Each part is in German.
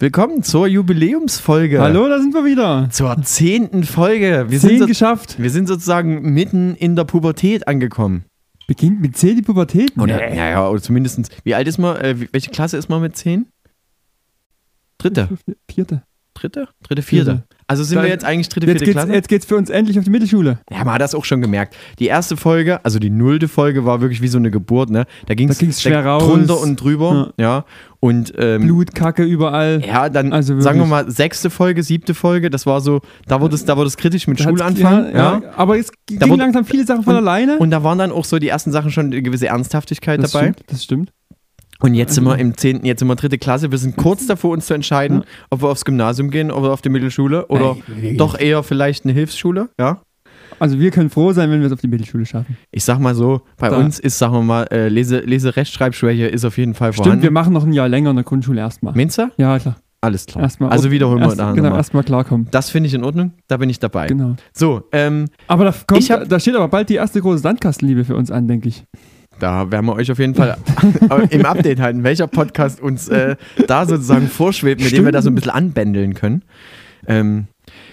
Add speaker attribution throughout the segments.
Speaker 1: Willkommen zur Jubiläumsfolge.
Speaker 2: Hallo, da sind wir wieder.
Speaker 1: Zur zehnten Folge. Wir
Speaker 2: Zehn
Speaker 1: sind so-
Speaker 2: geschafft.
Speaker 1: Wir sind sozusagen mitten in der Pubertät angekommen.
Speaker 2: Beginnt mit 10 die Pubertät?
Speaker 1: Oder, Naja, oder zumindestens. Wie alt ist man? Äh, wie- welche Klasse ist man mit zehn? Dritte.
Speaker 2: Fünfte, Vierte.
Speaker 1: Dritte? Dritte, vierte. Also sind
Speaker 2: Dann-
Speaker 1: wir jetzt eigentlich dritte,
Speaker 2: Jetzt
Speaker 1: vierte
Speaker 2: geht's,
Speaker 1: Klasse?
Speaker 2: jetzt geht's für uns endlich auf die Mittelschule.
Speaker 1: Ja, man hat das auch schon gemerkt. Die erste Folge, also die nullte Folge, war wirklich wie so eine Geburt, ne? Da ging es
Speaker 2: Da ging's schwer raus.
Speaker 1: drunter und drüber. Ja. Und ähm,
Speaker 2: Blutkacke überall.
Speaker 1: Ja, dann
Speaker 2: Also wirklich.
Speaker 1: sagen wir mal sechste Folge, siebte Folge, das war so, da wurde es, da wurde es kritisch mit
Speaker 2: Da hat's-
Speaker 1: Schulanfang. Ja,
Speaker 2: ja. Aber jetzt ging
Speaker 1: Da wurde-
Speaker 2: langsam viele Sachen von alleine.
Speaker 1: Und da waren dann auch so die ersten Sachen schon eine gewisse Ernsthaftigkeit
Speaker 2: das
Speaker 1: dabei.
Speaker 2: Stimmt, das stimmt.
Speaker 1: Und jetzt sind wir im zehnten, jetzt sind wir dritte Klasse, wir sind kurz davor, uns zu entscheiden, ob wir aufs Gymnasium gehen, ob wir auf die Mittelschule oder doch eher vielleicht eine Hilfsschule. Ja.
Speaker 2: Also wir können froh sein, wenn wir es auf die Mittelschule schaffen.
Speaker 1: Ich sag mal so, bei
Speaker 2: Da.
Speaker 1: uns ist, sagen wir mal, äh, Lese, Lese Rechtschreibschwäche ist auf jeden Fall
Speaker 2: Stimmt, wir
Speaker 1: vorhanden.
Speaker 2: machen noch ein Jahr länger in der Grundschule erstmal.
Speaker 1: Meinst du?
Speaker 2: Ja, klar.
Speaker 1: Alles klar.
Speaker 2: Erstmal
Speaker 1: also wiederholen wir
Speaker 2: erst,
Speaker 1: da
Speaker 2: Genau,
Speaker 1: nochmal.
Speaker 2: erstmal klarkommen.
Speaker 1: Das finde ich in Ordnung, da bin ich dabei.
Speaker 2: Genau.
Speaker 1: So, ähm,
Speaker 2: Aber da, kommt,
Speaker 1: Ich hab-
Speaker 2: da steht aber bald die erste große Sandkastenliebe für uns an, denke ich.
Speaker 1: Da werden wir euch auf jeden Fall im Update halten, welcher Podcast uns äh, da sozusagen vorschwebt, mit dem wir da so ein bisschen anbändeln können. Ähm,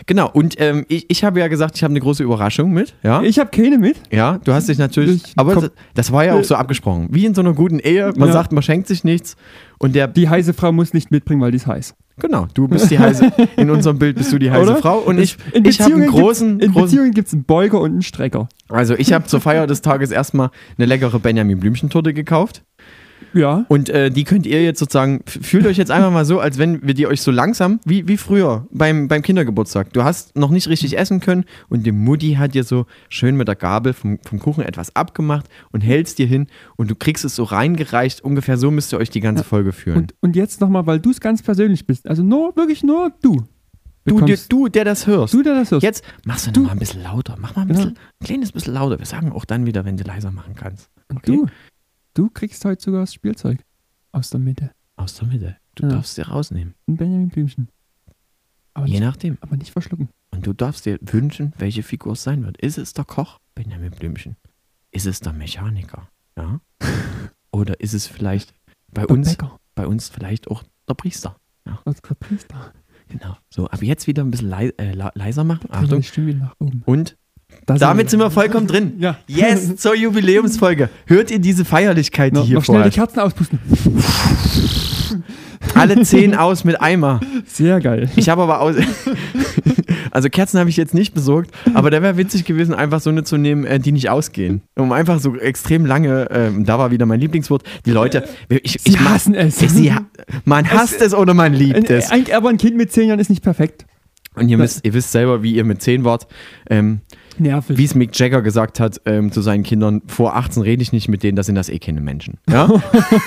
Speaker 1: genau, und ähm, ich, ich habe ja gesagt, ich habe eine große Überraschung mit. Ja,
Speaker 2: Ich habe keine mit.
Speaker 1: ja du hast dich natürlich.
Speaker 2: Ich-
Speaker 1: aber
Speaker 2: komm.
Speaker 1: das, das war ja auch so abgesprochen. Wie in so einer guten Ehe. Man
Speaker 2: Ja.
Speaker 1: sagt, man schenkt sich nichts. Und der.
Speaker 2: Die heiße Frau muss nicht mitbringen, weil die ist heiß.
Speaker 1: Genau, du bist die heiße. In unserem Bild bist du die heiße
Speaker 2: Oder?
Speaker 1: Frau. Und ich,
Speaker 2: In
Speaker 1: ich habe einen
Speaker 2: Beziehungen
Speaker 1: großen.
Speaker 2: gibt's, in
Speaker 1: großen
Speaker 2: Beziehungen gibt es einen Beuger und einen Strecker.
Speaker 1: also, ich habe zur Feier des Tages erstmal eine leckere Benjamin-Blümchen-Torte gekauft.
Speaker 2: Ja.
Speaker 1: Und äh, die könnt ihr jetzt sozusagen, f- fühlt euch jetzt einfach mal so, als wenn wir die euch so langsam, wie, wie früher beim, beim Kindergeburtstag. Du hast noch nicht richtig essen können und die Mutti hat dir so schön mit der Gabel vom, vom Kuchen etwas abgemacht und hältst dir hin und du kriegst es so reingereicht. Ungefähr so müsst ihr euch die ganze Folge fühlen.
Speaker 2: Und, und jetzt nochmal, weil du es ganz persönlich bist. Also nur, wirklich nur du.
Speaker 1: du, dir,
Speaker 2: bekommst-
Speaker 1: du, der das hörst.
Speaker 2: du, der das hörst.
Speaker 1: Jetzt machst du noch mal ein bisschen lauter. Mach mal ein,
Speaker 2: Genau.
Speaker 1: bisschen, ein kleines bisschen lauter. Wir sagen auch dann wieder, wenn du leiser machen kannst.
Speaker 2: Und
Speaker 1: okay.
Speaker 2: du, du kriegst heute sogar das Spielzeug aus der Mitte.
Speaker 1: Aus der Mitte. Du
Speaker 2: Ja.
Speaker 1: darfst dir rausnehmen.
Speaker 2: Ein Benjamin Blümchen. Aber
Speaker 1: Je
Speaker 2: nicht,
Speaker 1: nachdem.
Speaker 2: aber nicht verschlucken.
Speaker 1: Und du darfst dir wünschen, welche Figur es sein wird. Ist es der Koch, Benjamin Blümchen? Ist es der Mechaniker? Ja? Oder ist es vielleicht bei
Speaker 2: Der
Speaker 1: uns,
Speaker 2: Bäcker.
Speaker 1: bei uns vielleicht auch der Priester?
Speaker 2: Also der Priester.
Speaker 1: Genau. So, ab jetzt wieder ein bisschen lei äh, la- leiser machen.
Speaker 2: Bringt
Speaker 1: Achtung.
Speaker 2: die Stimme nach oben.
Speaker 1: Und
Speaker 2: Da
Speaker 1: damit
Speaker 2: sind
Speaker 1: sind wir vollkommen drin.
Speaker 2: Ja.
Speaker 1: Yes, zur Jubiläumsfolge. Hört ihr diese Feierlichkeit, die
Speaker 2: noch,
Speaker 1: hier
Speaker 2: noch schnell die
Speaker 1: vorherrscht?
Speaker 2: Kerzen auspusten.
Speaker 1: Alle zehn aus mit Eimer.
Speaker 2: Sehr geil.
Speaker 1: Ich habe aber aus. Also Kerzen habe ich jetzt nicht besorgt, aber da wäre witzig gewesen, einfach so eine zu nehmen, äh, die nicht ausgehen. Um einfach so extrem lange, ähm, da war wieder mein Lieblingswort, die Leute, ich, ich,
Speaker 2: Sie hassen es.
Speaker 1: Ich, sie, ha- man hasst es oder man liebt es.
Speaker 2: Ein, aber ein Kind mit 10 Jahren ist nicht perfekt.
Speaker 1: Und ihr wisst, ihr wisst selber, wie ihr mit 10 wart. Ähm,
Speaker 2: Nervig.
Speaker 1: wie es Mick Jagger gesagt hat ähm, zu seinen Kindern, vor 18 rede ich nicht mit denen, das sind das eh keine Menschen. Ja?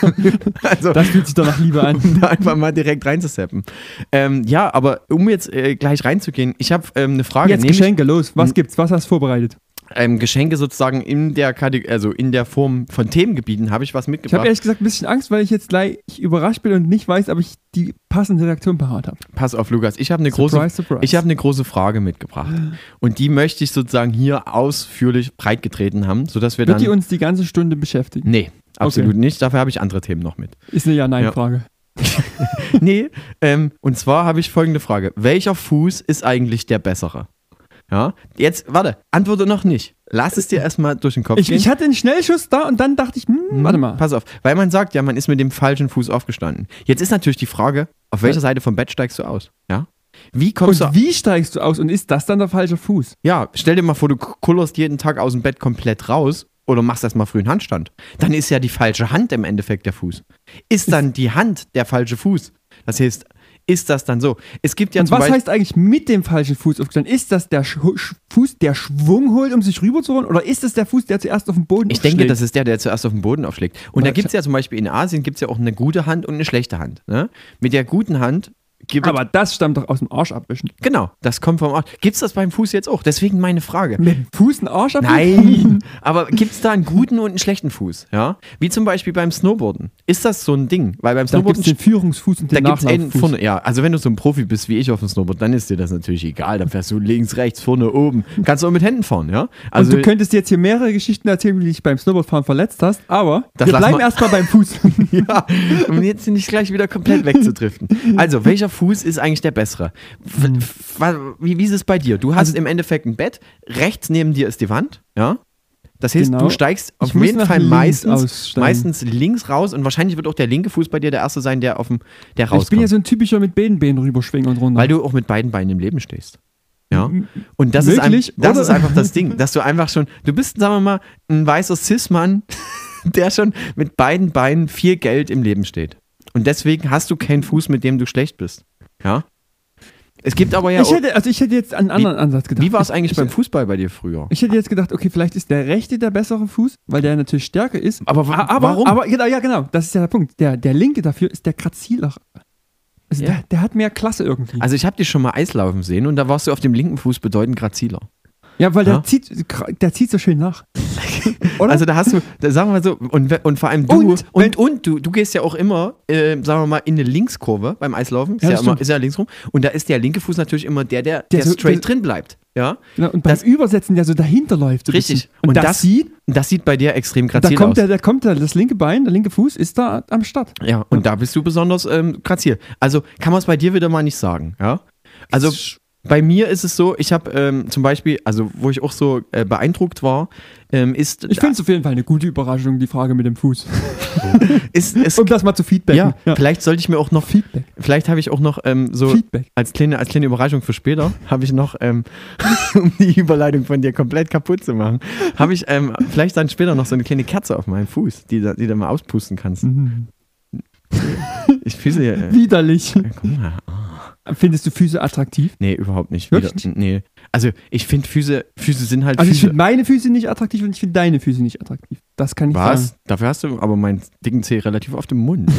Speaker 1: also,
Speaker 2: Das fühlt sich danach Liebe an.
Speaker 1: um da einfach mal direkt reinzusappen. Ähm, ja, aber um jetzt äh, gleich reinzugehen, ich habe ähm, eine Frage.
Speaker 2: Jetzt
Speaker 1: nämlich-
Speaker 2: Geschenke, los. Was gibt's? Was hast du vorbereitet?
Speaker 1: ähm, Geschenke sozusagen in der Kategor also in der Form von Themengebieten habe ich was
Speaker 2: Ich habe
Speaker 1: mitgebracht.
Speaker 2: ehrlich gesagt ein bisschen Angst, weil ich jetzt gleich überrascht bin und nicht weiß, ob ich die passende Reaktion parat habe.
Speaker 1: Pass auf, Lukas, ich habe eine große
Speaker 2: Surprise, Ah. surprise.
Speaker 1: ich habe eine große Frage mitgebracht und die möchte ich sozusagen hier ausführlich breitgetreten haben, sodass wir
Speaker 2: Wird die
Speaker 1: dann
Speaker 2: uns die ganze Stunde beschäftigen?
Speaker 1: Nee, absolut nicht, dafür habe ich andere Themen noch mit.
Speaker 2: Ist eine Ja-Nein-Frage.
Speaker 1: nee, ähm, und zwar habe ich folgende Frage, welcher Fuß ist eigentlich der bessere? Ja, jetzt warte, antworte noch nicht. Lass es dir erstmal durch den Kopf
Speaker 2: Ich,
Speaker 1: gehen.
Speaker 2: ich hatte einen Schnellschuss da und dann dachte ich, hm, warte mal.
Speaker 1: Pass auf, weil man sagt, ja, man ist mit dem falschen Fuß aufgestanden. Jetzt ist natürlich die Frage, auf welcher Seite vom Bett steigst du aus? Ja? Wie
Speaker 2: Und
Speaker 1: kommst du?
Speaker 2: wie steigst du aus und ist das dann der falsche Fuß?
Speaker 1: Ja, stell dir mal vor, du k- kullerst jeden Tag aus dem Bett komplett raus oder machst erstmal früh einen Handstand. Dann ist ja die falsche Hand im Endeffekt der Fuß. Ist dann die Hand der falsche Fuß? Das heißt, ist das dann so? Es gibt ja
Speaker 2: Und
Speaker 1: zum
Speaker 2: was
Speaker 1: Beispiel-
Speaker 2: heißt eigentlich mit dem falschen Fuß aufgestanden? Ist das der Sch Sch- Fuß, der Schwung holt, um sich rüberzuholen? Oder ist das der Fuß, der zuerst auf den Boden
Speaker 1: Ich denke,
Speaker 2: aufschlägt?
Speaker 1: das ist der, der zuerst auf den Boden aufschlägt. Und da
Speaker 2: Weil-
Speaker 1: gibt es ja zum Beispiel in Asien gibt's ja auch eine gute Hand und eine schlechte Hand. Ne? Mit der guten Hand Gibt-
Speaker 2: Aber das stammt doch aus dem Arsch abwischen.
Speaker 1: Genau, das kommt vom Arsch. Gibt's das beim Fuß jetzt auch? Deswegen meine Frage.
Speaker 2: Mit dem Fuß einen Arsch abwischen?
Speaker 1: Nein, aber gibt es da einen guten und einen schlechten Fuß? Ja? Wie zum Beispiel beim Snowboarden. Ist das so ein Ding? Weil beim
Speaker 2: Da gibt es
Speaker 1: Snowboarden
Speaker 2: den Führungsfuß und
Speaker 1: da
Speaker 2: den
Speaker 1: gibt's einen
Speaker 2: Nachlauffuß.
Speaker 1: vorne. Ja, also wenn du so ein Profi bist wie ich auf dem Snowboard, dann ist dir das natürlich egal. Dann fährst du links, rechts, vorne, oben. Kannst du auch mit Händen fahren, ja? Also
Speaker 2: und du könntest jetzt hier mehrere Geschichten erzählen, wie du dich beim Snowboardfahren verletzt hast, aber
Speaker 1: Das
Speaker 2: wir
Speaker 1: lass
Speaker 2: bleiben
Speaker 1: mal-
Speaker 2: erstmal beim Fuß.
Speaker 1: ja, um jetzt nicht gleich wieder komplett wegzudriften. Also, welcher Fuß ist eigentlich der bessere? W-
Speaker 2: Hm.
Speaker 1: wa- Wie, wie ist es bei dir? Du
Speaker 2: Also
Speaker 1: hast im Endeffekt ein Bett, rechts neben dir ist die Wand, ja? Das heißt,
Speaker 2: Genau.
Speaker 1: du steigst auf
Speaker 2: muss
Speaker 1: jeden
Speaker 2: nach
Speaker 1: Fall
Speaker 2: links
Speaker 1: meistens,
Speaker 2: aussteigen.
Speaker 1: meistens links raus und wahrscheinlich wird auch der linke Fuß bei dir der erste sein, der auf dem der
Speaker 2: ich bin
Speaker 1: rauskommt.
Speaker 2: ja so ein typischer mit beiden Beinen rüberschwingen und runter.
Speaker 1: weil du auch mit beiden Beinen im Leben stehst. Ja. Und das,
Speaker 2: Möglich,
Speaker 1: ist, ein, das
Speaker 2: oder?
Speaker 1: ist einfach das Ding, dass du einfach schon, du bist, sagen wir mal, ein weißer Cis-Mann, der schon mit beiden Beinen viel Geld im Leben steht. Und deswegen hast du keinen Fuß, mit dem du schlecht bist. Ja. Es gibt aber ja.
Speaker 2: ich
Speaker 1: auch-
Speaker 2: hätte, also ich hätte jetzt an einen anderen Ansatz gedacht.
Speaker 1: wie war es eigentlich
Speaker 2: ich,
Speaker 1: beim Fußball bei dir früher?
Speaker 2: Ich hätte jetzt gedacht, okay, vielleicht ist der rechte der bessere Fuß, weil der natürlich stärker ist.
Speaker 1: Aber wa-
Speaker 2: A- aber,
Speaker 1: warum?
Speaker 2: Aber genau, ja genau, das ist ja der Punkt. Der, der linke dafür ist der Grazieler. Also
Speaker 1: Ja.
Speaker 2: der, der hat mehr Klasse irgendwie.
Speaker 1: Also ich habe dich schon mal Eislaufen sehen und da warst du auf dem linken Fuß bedeutend graziler.
Speaker 2: ja, weil der,
Speaker 1: ja.
Speaker 2: Zieht, der zieht so schön nach. Oder?
Speaker 1: Also da hast du, da, sagen wir mal so, und, we- und vor allem du
Speaker 2: Und
Speaker 1: und, und, du, du gehst ja auch immer, äh, sagen wir mal, in eine Linkskurve beim Eislaufen, ist
Speaker 2: Ja,
Speaker 1: ja,
Speaker 2: das
Speaker 1: immer,
Speaker 2: stimmt.
Speaker 1: ist ja links rum, und da ist der linke Fuß natürlich immer der, der,
Speaker 2: Der
Speaker 1: der,
Speaker 2: so-
Speaker 1: straight
Speaker 2: der-
Speaker 1: drin bleibt. Ja,
Speaker 2: Genau, und beim
Speaker 1: das-
Speaker 2: Übersetzen, der so dahinter läuft. So ein
Speaker 1: richtig.
Speaker 2: bisschen. Und, das, sieht,
Speaker 1: und das sieht bei dir extrem
Speaker 2: da
Speaker 1: grazil
Speaker 2: kommt,
Speaker 1: aus.
Speaker 2: der, da kommt der, das linke Bein, der linke Fuß ist da am Start.
Speaker 1: ja, und da bist du besonders ähm, grazil. Also kann man es bei dir wieder mal nicht sagen, ja? Also bei mir ist es so, ich habe ähm, zum Beispiel, also wo ich auch so äh, beeindruckt war, ähm, ist,
Speaker 2: Ich finde es auf jeden Fall eine gute Überraschung, die Frage mit dem Fuß.
Speaker 1: ist es,
Speaker 2: Um das mal zu feedbacken.
Speaker 1: ja, vielleicht sollte ich mir auch noch,
Speaker 2: Feedback.
Speaker 1: vielleicht habe ich auch noch ähm, so
Speaker 2: Feedback.
Speaker 1: als kleine, als kleine Überraschung für später habe ich noch, ähm, um die Überleitung von dir komplett kaputt zu machen, habe ich ähm, vielleicht dann später noch so eine kleine Kerze auf meinem Fuß, die, da- die du mal auspusten kannst. Ich füße ja. Äh,
Speaker 2: Widerlich.
Speaker 1: guck mal.
Speaker 2: Findest du Füße attraktiv?
Speaker 1: nee, überhaupt nicht.
Speaker 2: Wirklich
Speaker 1: Wieder- Nee. Also ich finde Füße, Füße sind halt
Speaker 2: Also ich
Speaker 1: Füße.
Speaker 2: finde meine Füße nicht attraktiv und ich finde deine Füße nicht attraktiv. Das kann ich sagen.
Speaker 1: Was? Dafür hast du aber meinen dicken Zeh relativ auf dem Mund.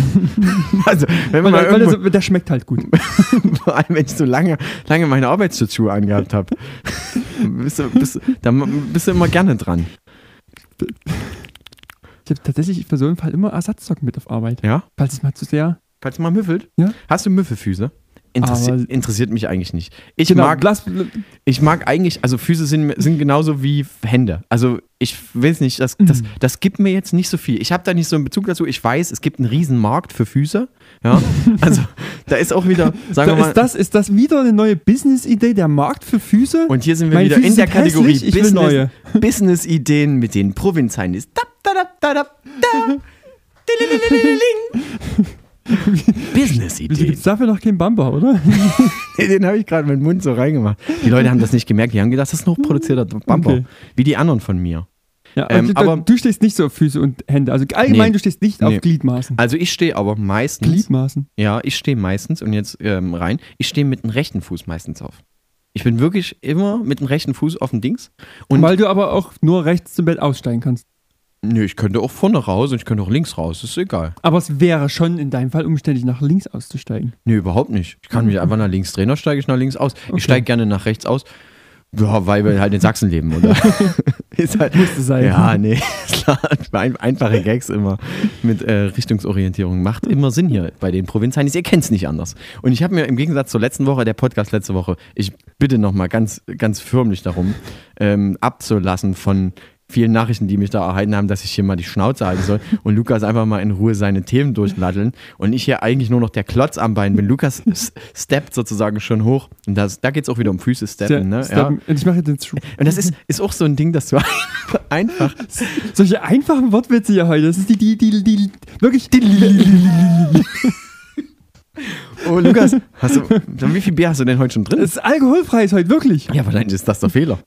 Speaker 1: also, wenn man mal
Speaker 2: Weil, der- weil der,
Speaker 1: irgendwo,
Speaker 2: so, der schmeckt halt gut.
Speaker 1: vor allem wenn ich so lange, lange meine Arbeitsschutzschuhe angehabt habe, bist du, bist, du- da bist du immer gerne dran.
Speaker 2: Ich habe tatsächlich für so einen Fall immer Ersatzsocken mit auf Arbeit.
Speaker 1: Ja?
Speaker 2: Falls es mal zu sehr...
Speaker 1: Falls mal müffelt.
Speaker 2: Ja.
Speaker 1: Hast du Müffelfüße? Interessi
Speaker 2: Aber-
Speaker 1: interessiert mich eigentlich nicht. Ich,
Speaker 2: Genau,
Speaker 1: mag,
Speaker 2: lass,
Speaker 1: ich mag eigentlich, also Füße sind, sind genauso wie Hände. Also ich weiß nicht, das, das, das gibt mir jetzt nicht so viel. Ich habe da nicht so einen Bezug dazu. Ich weiß, es gibt einen riesen Markt für Füße. Ja? Also da ist auch wieder, sagen wir
Speaker 2: da
Speaker 1: mal,
Speaker 2: ist, das, ist das wieder eine neue Business-Idee, der Markt für Füße?
Speaker 1: und hier sind wir
Speaker 2: Meine
Speaker 1: wieder
Speaker 2: Füße
Speaker 1: in der
Speaker 2: sind
Speaker 1: Kategorie
Speaker 2: hässlich, ich will neue.
Speaker 1: Business- Business-Ideen mit den Provinzheim ist. Da, da, da, da, da, da. Dilililililing.
Speaker 2: Wieso
Speaker 1: Business-Ideen.
Speaker 2: gibt's dafür noch keinen Bumper, oder?
Speaker 1: Nee, Den habe ich gerade mit dem Mund so reingemacht. Die Leute haben das nicht gemerkt. Die haben gedacht, das ist ein hochproduzierter Bumper.
Speaker 2: Okay.
Speaker 1: Wie die anderen von mir.
Speaker 2: Ja,
Speaker 1: Ähm,
Speaker 2: also,
Speaker 1: aber-
Speaker 2: du, du stehst nicht so auf Füße und Hände. Also allgemein,
Speaker 1: Nee.
Speaker 2: du stehst nicht
Speaker 1: Nee.
Speaker 2: auf Gliedmaßen.
Speaker 1: Also ich stehe aber meistens.
Speaker 2: Gliedmaßen.
Speaker 1: Ja, ich stehe meistens und jetzt ähm, rein. Ich stehe mit dem rechten Fuß meistens auf. Ich bin wirklich immer mit dem rechten Fuß auf dem Dings. Und
Speaker 2: Weil du aber auch nur rechts zum Bett aussteigen kannst.
Speaker 1: nö, ich könnte auch vorne raus und ich könnte auch links raus. Ist egal.
Speaker 2: Aber es wäre schon in deinem Fall umständlich, nach links auszusteigen.
Speaker 1: Nö, überhaupt nicht. Ich kann mich einfach nach links drehen, dann steige ich nach links aus. Ich steige gerne nach rechts aus. Ja, weil wir halt in Sachsen leben, oder? ist halt,
Speaker 2: Musste sein.
Speaker 1: Ja, nee, klar. Ein, einfache Gags immer mit äh, Richtungsorientierung. Macht immer Sinn hier bei den Provinzheinis. Ihr kennt es nicht anders. Und ich habe mir im Gegensatz zur letzten Woche, der Podcast letzte Woche, ich bitte nochmal ganz, ganz förmlich darum, ähm, abzulassen von vielen Nachrichten, die mich da erhalten haben, dass ich hier mal die Schnauze halten soll und Lukas einfach mal in Ruhe seine Themen durchladdeln und ich hier eigentlich nur noch der Klotz am Bein bin. Lukas s- steppt sozusagen schon hoch und das, da geht es auch wieder um Füße steppen, ne? Ja.
Speaker 2: Steppen. Und ich mache jetzt den Schu-
Speaker 1: Und das ist, ist auch so ein Ding, dass du einfach
Speaker 2: Solche einfachen Wortwitze hier heute. Das ist die, die, die, die, wirklich.
Speaker 1: Oh, Lukas, hast du, wie viel Bier hast du denn heute schon drin?
Speaker 2: Es ist alkoholfrei ist heute, wirklich.
Speaker 1: Ja, wahrscheinlich ist das der Fehler.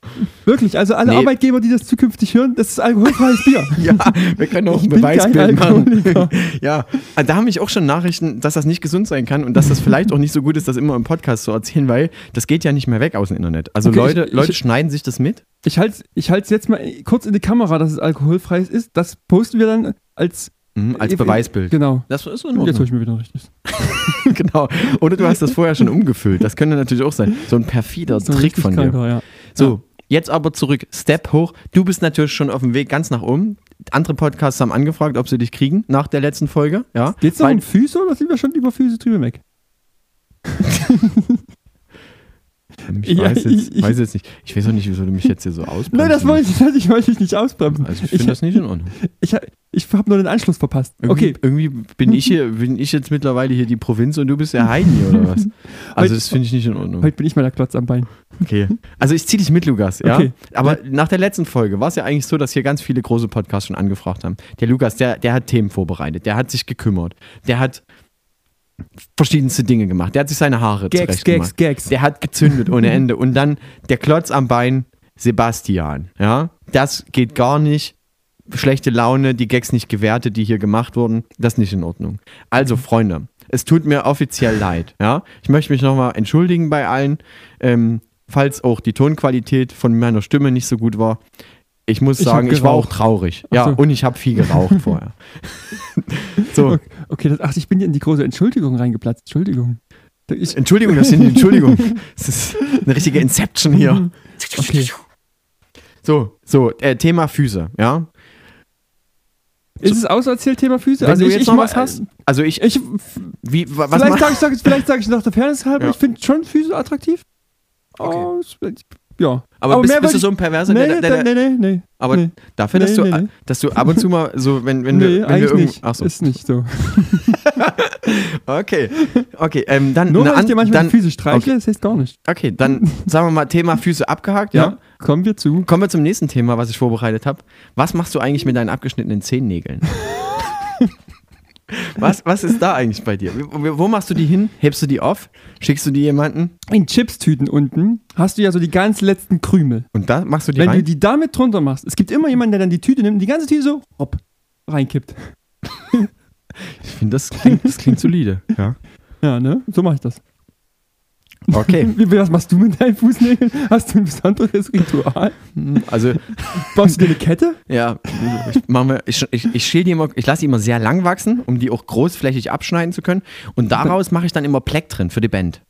Speaker 2: Wirklich. Also alle
Speaker 1: Nee.
Speaker 2: Arbeitgeber, die das zukünftig hören, das ist alkoholfreies Bier.
Speaker 1: Ja, wir können auch ein
Speaker 2: bin kein
Speaker 1: Beweisbild machen.
Speaker 2: Alkoholiker.
Speaker 1: Ja, also da haben mich auch schon Nachrichten, dass das nicht gesund sein kann und dass das vielleicht auch nicht so gut ist, das immer im Podcast zu erzählen, weil das geht ja nicht mehr weg aus dem Internet. Also
Speaker 2: Okay,
Speaker 1: Leute,
Speaker 2: ich-
Speaker 1: Leute
Speaker 2: ich-
Speaker 1: schneiden sich das mit.
Speaker 2: Ich halte es ich halt's jetzt mal kurz in die Kamera, dass es alkoholfrei ist. Das posten wir dann als
Speaker 1: Mhm, als
Speaker 2: If-
Speaker 1: Beweisbild.
Speaker 2: Genau.
Speaker 1: Das ist in
Speaker 2: Und jetzt hol
Speaker 1: Ordnung.
Speaker 2: ich mir wieder ein richtiges.
Speaker 1: genau. Oder du hast das vorher schon umgefüllt. Das könnte natürlich auch sein. So ein perfider
Speaker 2: So ein
Speaker 1: Trick
Speaker 2: richtig
Speaker 1: von dir.
Speaker 2: kranker, Ja.
Speaker 1: So, jetzt aber zurück. Step hoch. Du bist natürlich schon auf dem Weg ganz nach oben. Andere Podcasts haben angefragt, ob sie dich kriegen nach der letzten Folge. Ja.
Speaker 2: Geht's noch
Speaker 1: Weil-
Speaker 2: um Füße oder sind wir schon über Füße drüber weg?
Speaker 1: Ich
Speaker 2: Ja,
Speaker 1: weiß jetzt,
Speaker 2: ich-
Speaker 1: weiß jetzt nicht. Ich weiß auch nicht, wieso du mich jetzt hier so ausbremst.
Speaker 2: Nein, das wollte ich, ich wollte dich nicht ausbremsen.
Speaker 1: Also ich
Speaker 2: ich
Speaker 1: finde das nicht in Ordnung.
Speaker 2: ich, hab- ich habe nur den Anschluss verpasst.
Speaker 1: Irgendwie,
Speaker 2: Okay,
Speaker 1: okay. Irgendwie bin ich hier, bin ich jetzt mittlerweile hier die Provinz und du bist der Heini oder was? Also
Speaker 2: Heute-
Speaker 1: das finde ich nicht in Ordnung.
Speaker 2: heute bin ich mal der Klotz am Bein.
Speaker 1: Okay. Also ich ziehe dich mit, Lukas, ja.
Speaker 2: Okay.
Speaker 1: Aber nach der letzten Folge war es ja eigentlich so, dass hier ganz viele große Podcasts schon angefragt haben. Der Lukas, der, der hat Themen vorbereitet, der hat sich gekümmert, der hat verschiedenste Dinge gemacht, der hat sich seine Haare
Speaker 2: Gags,
Speaker 1: zurecht
Speaker 2: Gags,
Speaker 1: gemacht.
Speaker 2: Gags.
Speaker 1: Der hat gezündet ohne Ende. Und dann der Klotz am Bein, Sebastian. Ja, das geht gar nicht. Schlechte Laune, die Gags nicht gewertet, die hier gemacht wurden. Das ist nicht in Ordnung. Also, Freunde, es tut mir offiziell leid. Ja, ich möchte mich nochmal entschuldigen bei allen. Ähm, falls auch die Tonqualität von meiner Stimme nicht so gut war. Ich muss
Speaker 2: Ich hab
Speaker 1: sagen, ich, war auch
Speaker 2: geraucht.
Speaker 1: traurig. Ja,
Speaker 2: so.
Speaker 1: und ich habe viel geraucht vorher. so,
Speaker 2: Okay, das, ach, ich bin hier in die große Entschuldigung reingeplatzt. Entschuldigung. Ich,
Speaker 1: Entschuldigung, das sind die Entschuldigung. Das ist eine richtige Inception hier.
Speaker 2: okay.
Speaker 1: So, so, äh, Thema Füße, ja.
Speaker 2: Ist es auserzählt, Thema Füße?
Speaker 1: Wenn du
Speaker 2: ich,
Speaker 1: jetzt
Speaker 2: ich
Speaker 1: noch
Speaker 2: mach-
Speaker 1: was hast? Also ich,
Speaker 2: Ich,
Speaker 1: wie, wa- was
Speaker 2: vielleicht
Speaker 1: mach,
Speaker 2: sage ich, sag, ich- vielleicht sag ich nach der Fairness halber,
Speaker 1: Ja.
Speaker 2: ich finde schon Füße attraktiv.
Speaker 1: Okay.
Speaker 2: Oh, es- ja.
Speaker 1: aber, bist,
Speaker 2: mehr
Speaker 1: bist du
Speaker 2: würd
Speaker 1: so ein Perverser,
Speaker 2: ich,
Speaker 1: der,
Speaker 2: nee,
Speaker 1: der, der,
Speaker 2: nee, nee, nee.
Speaker 1: aber
Speaker 2: nee.
Speaker 1: dafür, dass
Speaker 2: Nee,
Speaker 1: du, äh,
Speaker 2: nee, nee.
Speaker 1: dass du ab und zu mal so, wenn, wenn
Speaker 2: nee,
Speaker 1: wir, wenn wir
Speaker 2: eigentlich
Speaker 1: irgend-
Speaker 2: nicht.
Speaker 1: ach so,
Speaker 2: Ist nicht so.
Speaker 1: okay, okay, ähm, dann,
Speaker 2: Nur
Speaker 1: eine
Speaker 2: weil ich
Speaker 1: an-
Speaker 2: dir manchmal
Speaker 1: dann,
Speaker 2: die Füße streichle, das heißt gar nicht.
Speaker 1: okay, dann sagen wir mal Thema Füße abgehakt, ja.
Speaker 2: Kommen wir zu.
Speaker 1: Kommen wir zum nächsten Thema, was ich vorbereitet habe. Was machst du eigentlich mit deinen abgeschnittenen Zehennägeln? was, was ist da eigentlich bei dir? Wo wo machst du die hin? Hebst du die auf? Schickst du die jemanden?
Speaker 2: In Chipstüten unten hast du ja so die ganz letzten Krümel.
Speaker 1: Und da machst du die
Speaker 2: Wenn
Speaker 1: rein?
Speaker 2: du die damit drunter machst, es gibt immer jemanden, der dann die Tüte nimmt und die ganze Tüte so hopp, reinkippt.
Speaker 1: Ich finde, das klingt, das klingt solide. Ja.
Speaker 2: Ja, ne? So mache ich das.
Speaker 1: Okay,
Speaker 2: Wie, was machst du mit deinen Fußnägeln? Hast du ein besonderes Ritual?
Speaker 1: also
Speaker 2: Baust du dir eine Kette?
Speaker 1: ja, ich, mach mal- ich, ich, ich schäle die immer, ich lasse die immer sehr lang wachsen, um die auch großflächig abschneiden zu können. Und daraus mache ich dann immer Pleck drin für die Band.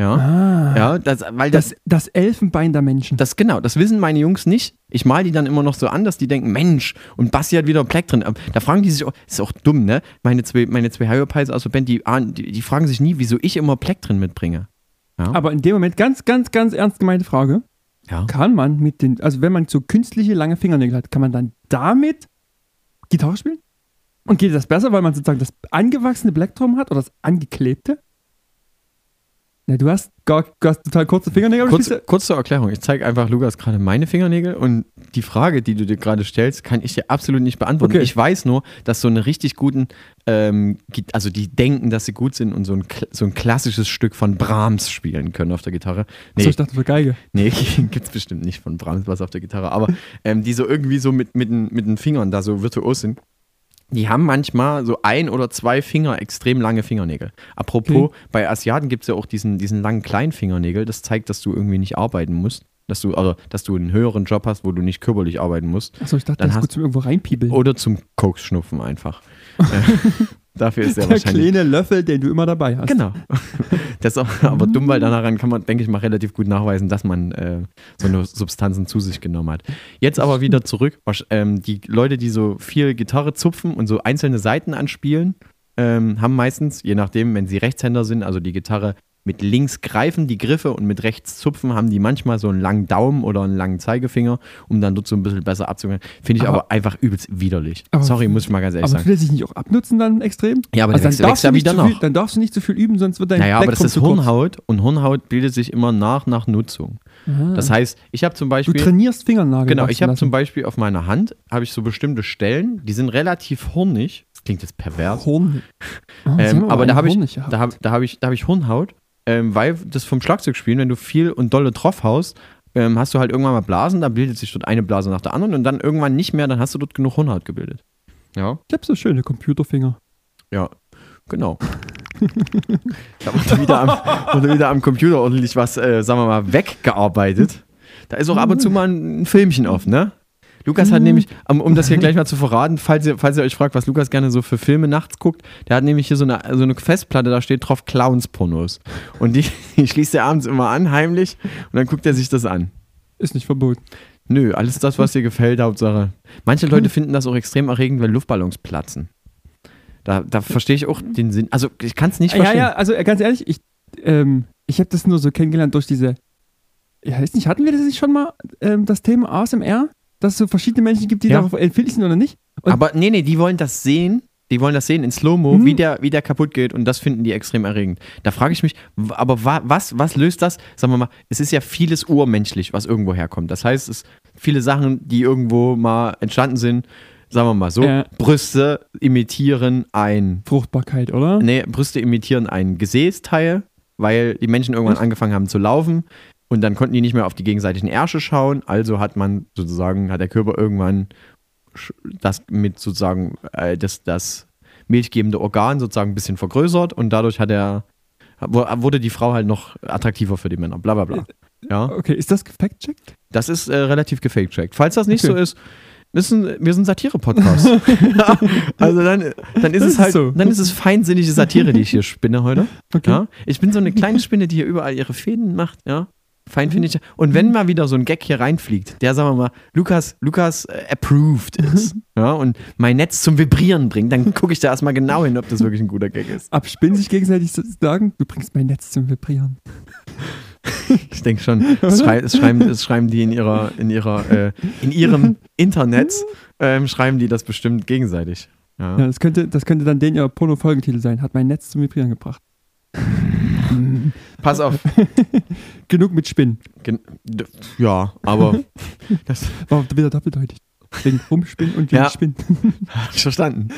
Speaker 1: Ja,
Speaker 2: Ah.
Speaker 1: ja, das, weil das,
Speaker 2: Das, das Elfenbein der Menschen.
Speaker 1: das genau, das wissen meine Jungs nicht. Ich mal die dann immer noch so an, dass die denken, Mensch, und Basti hat wieder Pleck drin. Da fragen die sich, auch, ist auch dumm, ne? Meine zwei, meine zwei High Pies aus der Band, die, ahnen- die, die fragen sich nie, wieso ich immer Pleck drin mitbringe.
Speaker 2: Aber in dem Moment, ganz, ganz, ganz ernst gemeinte Frage,
Speaker 1: Ja.
Speaker 2: kann man mit den, also wenn man so künstliche lange Fingernägel hat, kann man dann damit Gitarre spielen? Und geht das besser, weil man sozusagen das angewachsene Blackdrum hat oder das angeklebte? Na, du hast, gar, du hast total kurze Fingernägel. aber
Speaker 1: Kurz,
Speaker 2: spielst
Speaker 1: kurz zur Erklärung, ich zeige einfach Lukas gerade meine Fingernägel und die Frage, die du dir gerade stellst, kann ich dir absolut nicht beantworten.
Speaker 2: Okay.
Speaker 1: Ich weiß nur, dass so eine richtig guten, ähm, Git- also die denken, dass sie gut sind und so ein, kl- so ein klassisches Stück von Brahms spielen können auf der Gitarre.
Speaker 2: du,
Speaker 1: Nee,
Speaker 2: Achso, ich dachte, für Geige.
Speaker 1: nee gibt's bestimmt nicht von Brahms was auf der Gitarre, aber ähm, die so irgendwie so mit, mit, den- mit den Fingern da so virtuos sind. Die haben manchmal so ein oder zwei Finger extrem lange Fingernägel. Apropos, bei Asiaten gibt es ja auch diesen, diesen langen kleinen Fingernägel. Das zeigt, dass du irgendwie nicht arbeiten musst. Dass du, also, dass du einen höheren Job hast, wo du nicht körperlich arbeiten musst.
Speaker 2: Achso, ich dachte,
Speaker 1: Dann
Speaker 2: das ist
Speaker 1: hast-
Speaker 2: gut zum irgendwo reinpiebeln.
Speaker 1: Oder zum Koksschnupfen einfach. Äh, Dafür ist er
Speaker 2: der
Speaker 1: wahrscheinlich.
Speaker 2: kleine Löffel, den du immer dabei hast.
Speaker 1: Genau. Das ist auch, aber dumm, weil daran kann man, denke ich mal, relativ gut nachweisen, dass man äh, so eine Substanzen zu sich genommen hat. Jetzt aber wieder zurück. Wasch- Ähm, die Leute, die so viel Gitarre zupfen und so einzelne Seiten anspielen, ähm, haben meistens, je nachdem, wenn sie Rechtshänder sind, also die Gitarre mit links greifen, die Griffe und mit rechts zupfen, haben die manchmal so einen langen Daumen oder einen langen Zeigefinger, um dann dort so ein bisschen besser abzugehen. Finde ich aber,
Speaker 2: Aber-
Speaker 1: einfach übelst widerlich.
Speaker 2: Aber-
Speaker 1: Sorry, muss ich mal ganz ehrlich
Speaker 2: Aber
Speaker 1: sagen.
Speaker 2: will er sich nicht auch abnutzen dann extrem? Also
Speaker 1: Ja, aber der wächst-
Speaker 2: dann,
Speaker 1: wächst
Speaker 2: darfst
Speaker 1: ja
Speaker 2: du nicht
Speaker 1: wieder
Speaker 2: zu viel,
Speaker 1: nach.
Speaker 2: dann darfst du nicht zu viel üben, sonst wird dein
Speaker 1: Naja, aber das
Speaker 2: Plektrum
Speaker 1: ist
Speaker 2: zu kurz.
Speaker 1: Hirnhaut und Hirnhaut bildet sich immer nach nach Nutzung. Das heißt, ich habe zum
Speaker 2: Ah. Du
Speaker 1: Beispiel
Speaker 2: trainierst Fingernagel.
Speaker 1: genau, ich
Speaker 2: wachsen
Speaker 1: habe
Speaker 2: lassen.
Speaker 1: zum Beispiel auf meiner Hand habe ich so bestimmte Stellen, die sind relativ hornig. Das klingt jetzt pervers,
Speaker 2: Horn. Oh, jetzt haben
Speaker 1: ähm,
Speaker 2: wir
Speaker 1: aber
Speaker 2: einen
Speaker 1: da habe ich
Speaker 2: Hornig gehabt.
Speaker 1: da habe da hab ich da habe ich Hirnhaut, ähm, weil das vom Schlagzeugspielen, wenn du viel und dolle drauf haust, ähm, hast du halt irgendwann mal Blasen, dann bildet sich dort eine Blase nach der anderen und dann irgendwann nicht mehr, dann hast du dort genug Hirnhaut gebildet. Ja,
Speaker 2: ich habe so schöne Computerfinger.
Speaker 1: ja. Genau. da wurde wieder, am, wurde wieder am Computer ordentlich was, äh, sagen wir mal, weggearbeitet. Da ist auch ab und zu mal ein, ein Filmchen offen, ne? Lukas hat nämlich, um, um das hier gleich mal zu verraten, falls ihr, falls ihr euch fragt, was Lukas gerne so für Filme nachts guckt, der hat nämlich hier so eine, so eine Festplatte, da steht drauf Clowns-Pornos. Und die, die schließt er abends immer an, heimlich, und dann guckt er sich das an.
Speaker 2: Ist nicht verboten.
Speaker 1: Nö, alles das, was dir gefällt, Hauptsache. Manche
Speaker 2: Hm.
Speaker 1: Leute finden das auch extrem erregend, wenn Luftballons platzen. Da, da verstehe ich auch den Sinn. Also, ich kann es nicht
Speaker 2: Ja,
Speaker 1: verstehen.
Speaker 2: ja, also äh, ganz ehrlich, ich, ähm, ich habe das nur so kennengelernt durch diese. Ja, weiß nicht, hatten wir das nicht schon mal, ähm, das Thema ASMR? Dass es so verschiedene Menschen gibt, die
Speaker 1: Ja.
Speaker 2: darauf empfindlich sind oder nicht? Und
Speaker 1: Aber nee, nee, die wollen das sehen. Die wollen das sehen in Slow-Mo,
Speaker 2: Mhm.
Speaker 1: wie, der, wie der kaputt geht und das finden die extrem erregend. Da frage ich mich, w- aber wa, was, was löst das? Sagen wir mal, es ist ja vieles urmenschlich, was irgendwo herkommt. Das heißt, es viele Sachen, die irgendwo mal entstanden sind, sagen wir mal so,
Speaker 2: Ja.
Speaker 1: Brüste imitieren ein,
Speaker 2: Fruchtbarkeit, oder?
Speaker 1: nee, Brüste imitieren ein Gesäßteil, weil die Menschen irgendwann angefangen haben zu laufen und dann konnten die nicht mehr auf die gegenseitigen Ärsche schauen, also hat man sozusagen, hat der Körper irgendwann sch- das mit sozusagen äh, das, das milchgebende Organ sozusagen ein bisschen vergrößert und dadurch hat er wo- wurde die Frau halt noch attraktiver für die Männer, bla bla bla. Ja,
Speaker 2: Okay, ist das gefact-checkt?
Speaker 1: das ist äh, relativ gefakecheckt. Falls das nicht
Speaker 2: Okay.
Speaker 1: so ist, müssen, wir sind Satire-Podcast. also dann, dann ist
Speaker 2: Das
Speaker 1: es
Speaker 2: ist
Speaker 1: halt,
Speaker 2: so.
Speaker 1: dann ist es feinsinnige Satire, die ich hier spinne heute.
Speaker 2: Okay.
Speaker 1: Ja? Ich bin so eine kleine Spinne, die hier überall ihre Fäden macht, ja. Feinfindig. Und wenn mal wieder so ein Gag hier reinfliegt, der, sagen wir mal, Lukas, Lukas äh, approved ist,
Speaker 2: Mhm.
Speaker 1: ja, und mein Netz zum Vibrieren bringt, dann gucke ich da erstmal genau hin, ob das wirklich ein guter Gag ist.
Speaker 2: Abspinnen sich gegenseitig zu sagen, du bringst mein Netz zum Vibrieren.
Speaker 1: Ich denke schon, es, schrei es, schreiben, es schreiben die in ihrer, in ihrer, äh, in ihrem Internet, ähm, schreiben die das bestimmt gegenseitig. Ja.
Speaker 2: Ja, das könnte, das könnte dann den ihr Porno-Folgentitel sein. Hat mein Netz zum Vibrieren gebracht.
Speaker 1: Pass auf.
Speaker 2: Genug mit Spinnen.
Speaker 1: Gen d- ja, aber das
Speaker 2: War wieder doppeldeutig. Wegen Rumspinnen und wegen
Speaker 1: Ja.
Speaker 2: Spinnen.
Speaker 1: hab ich verstanden.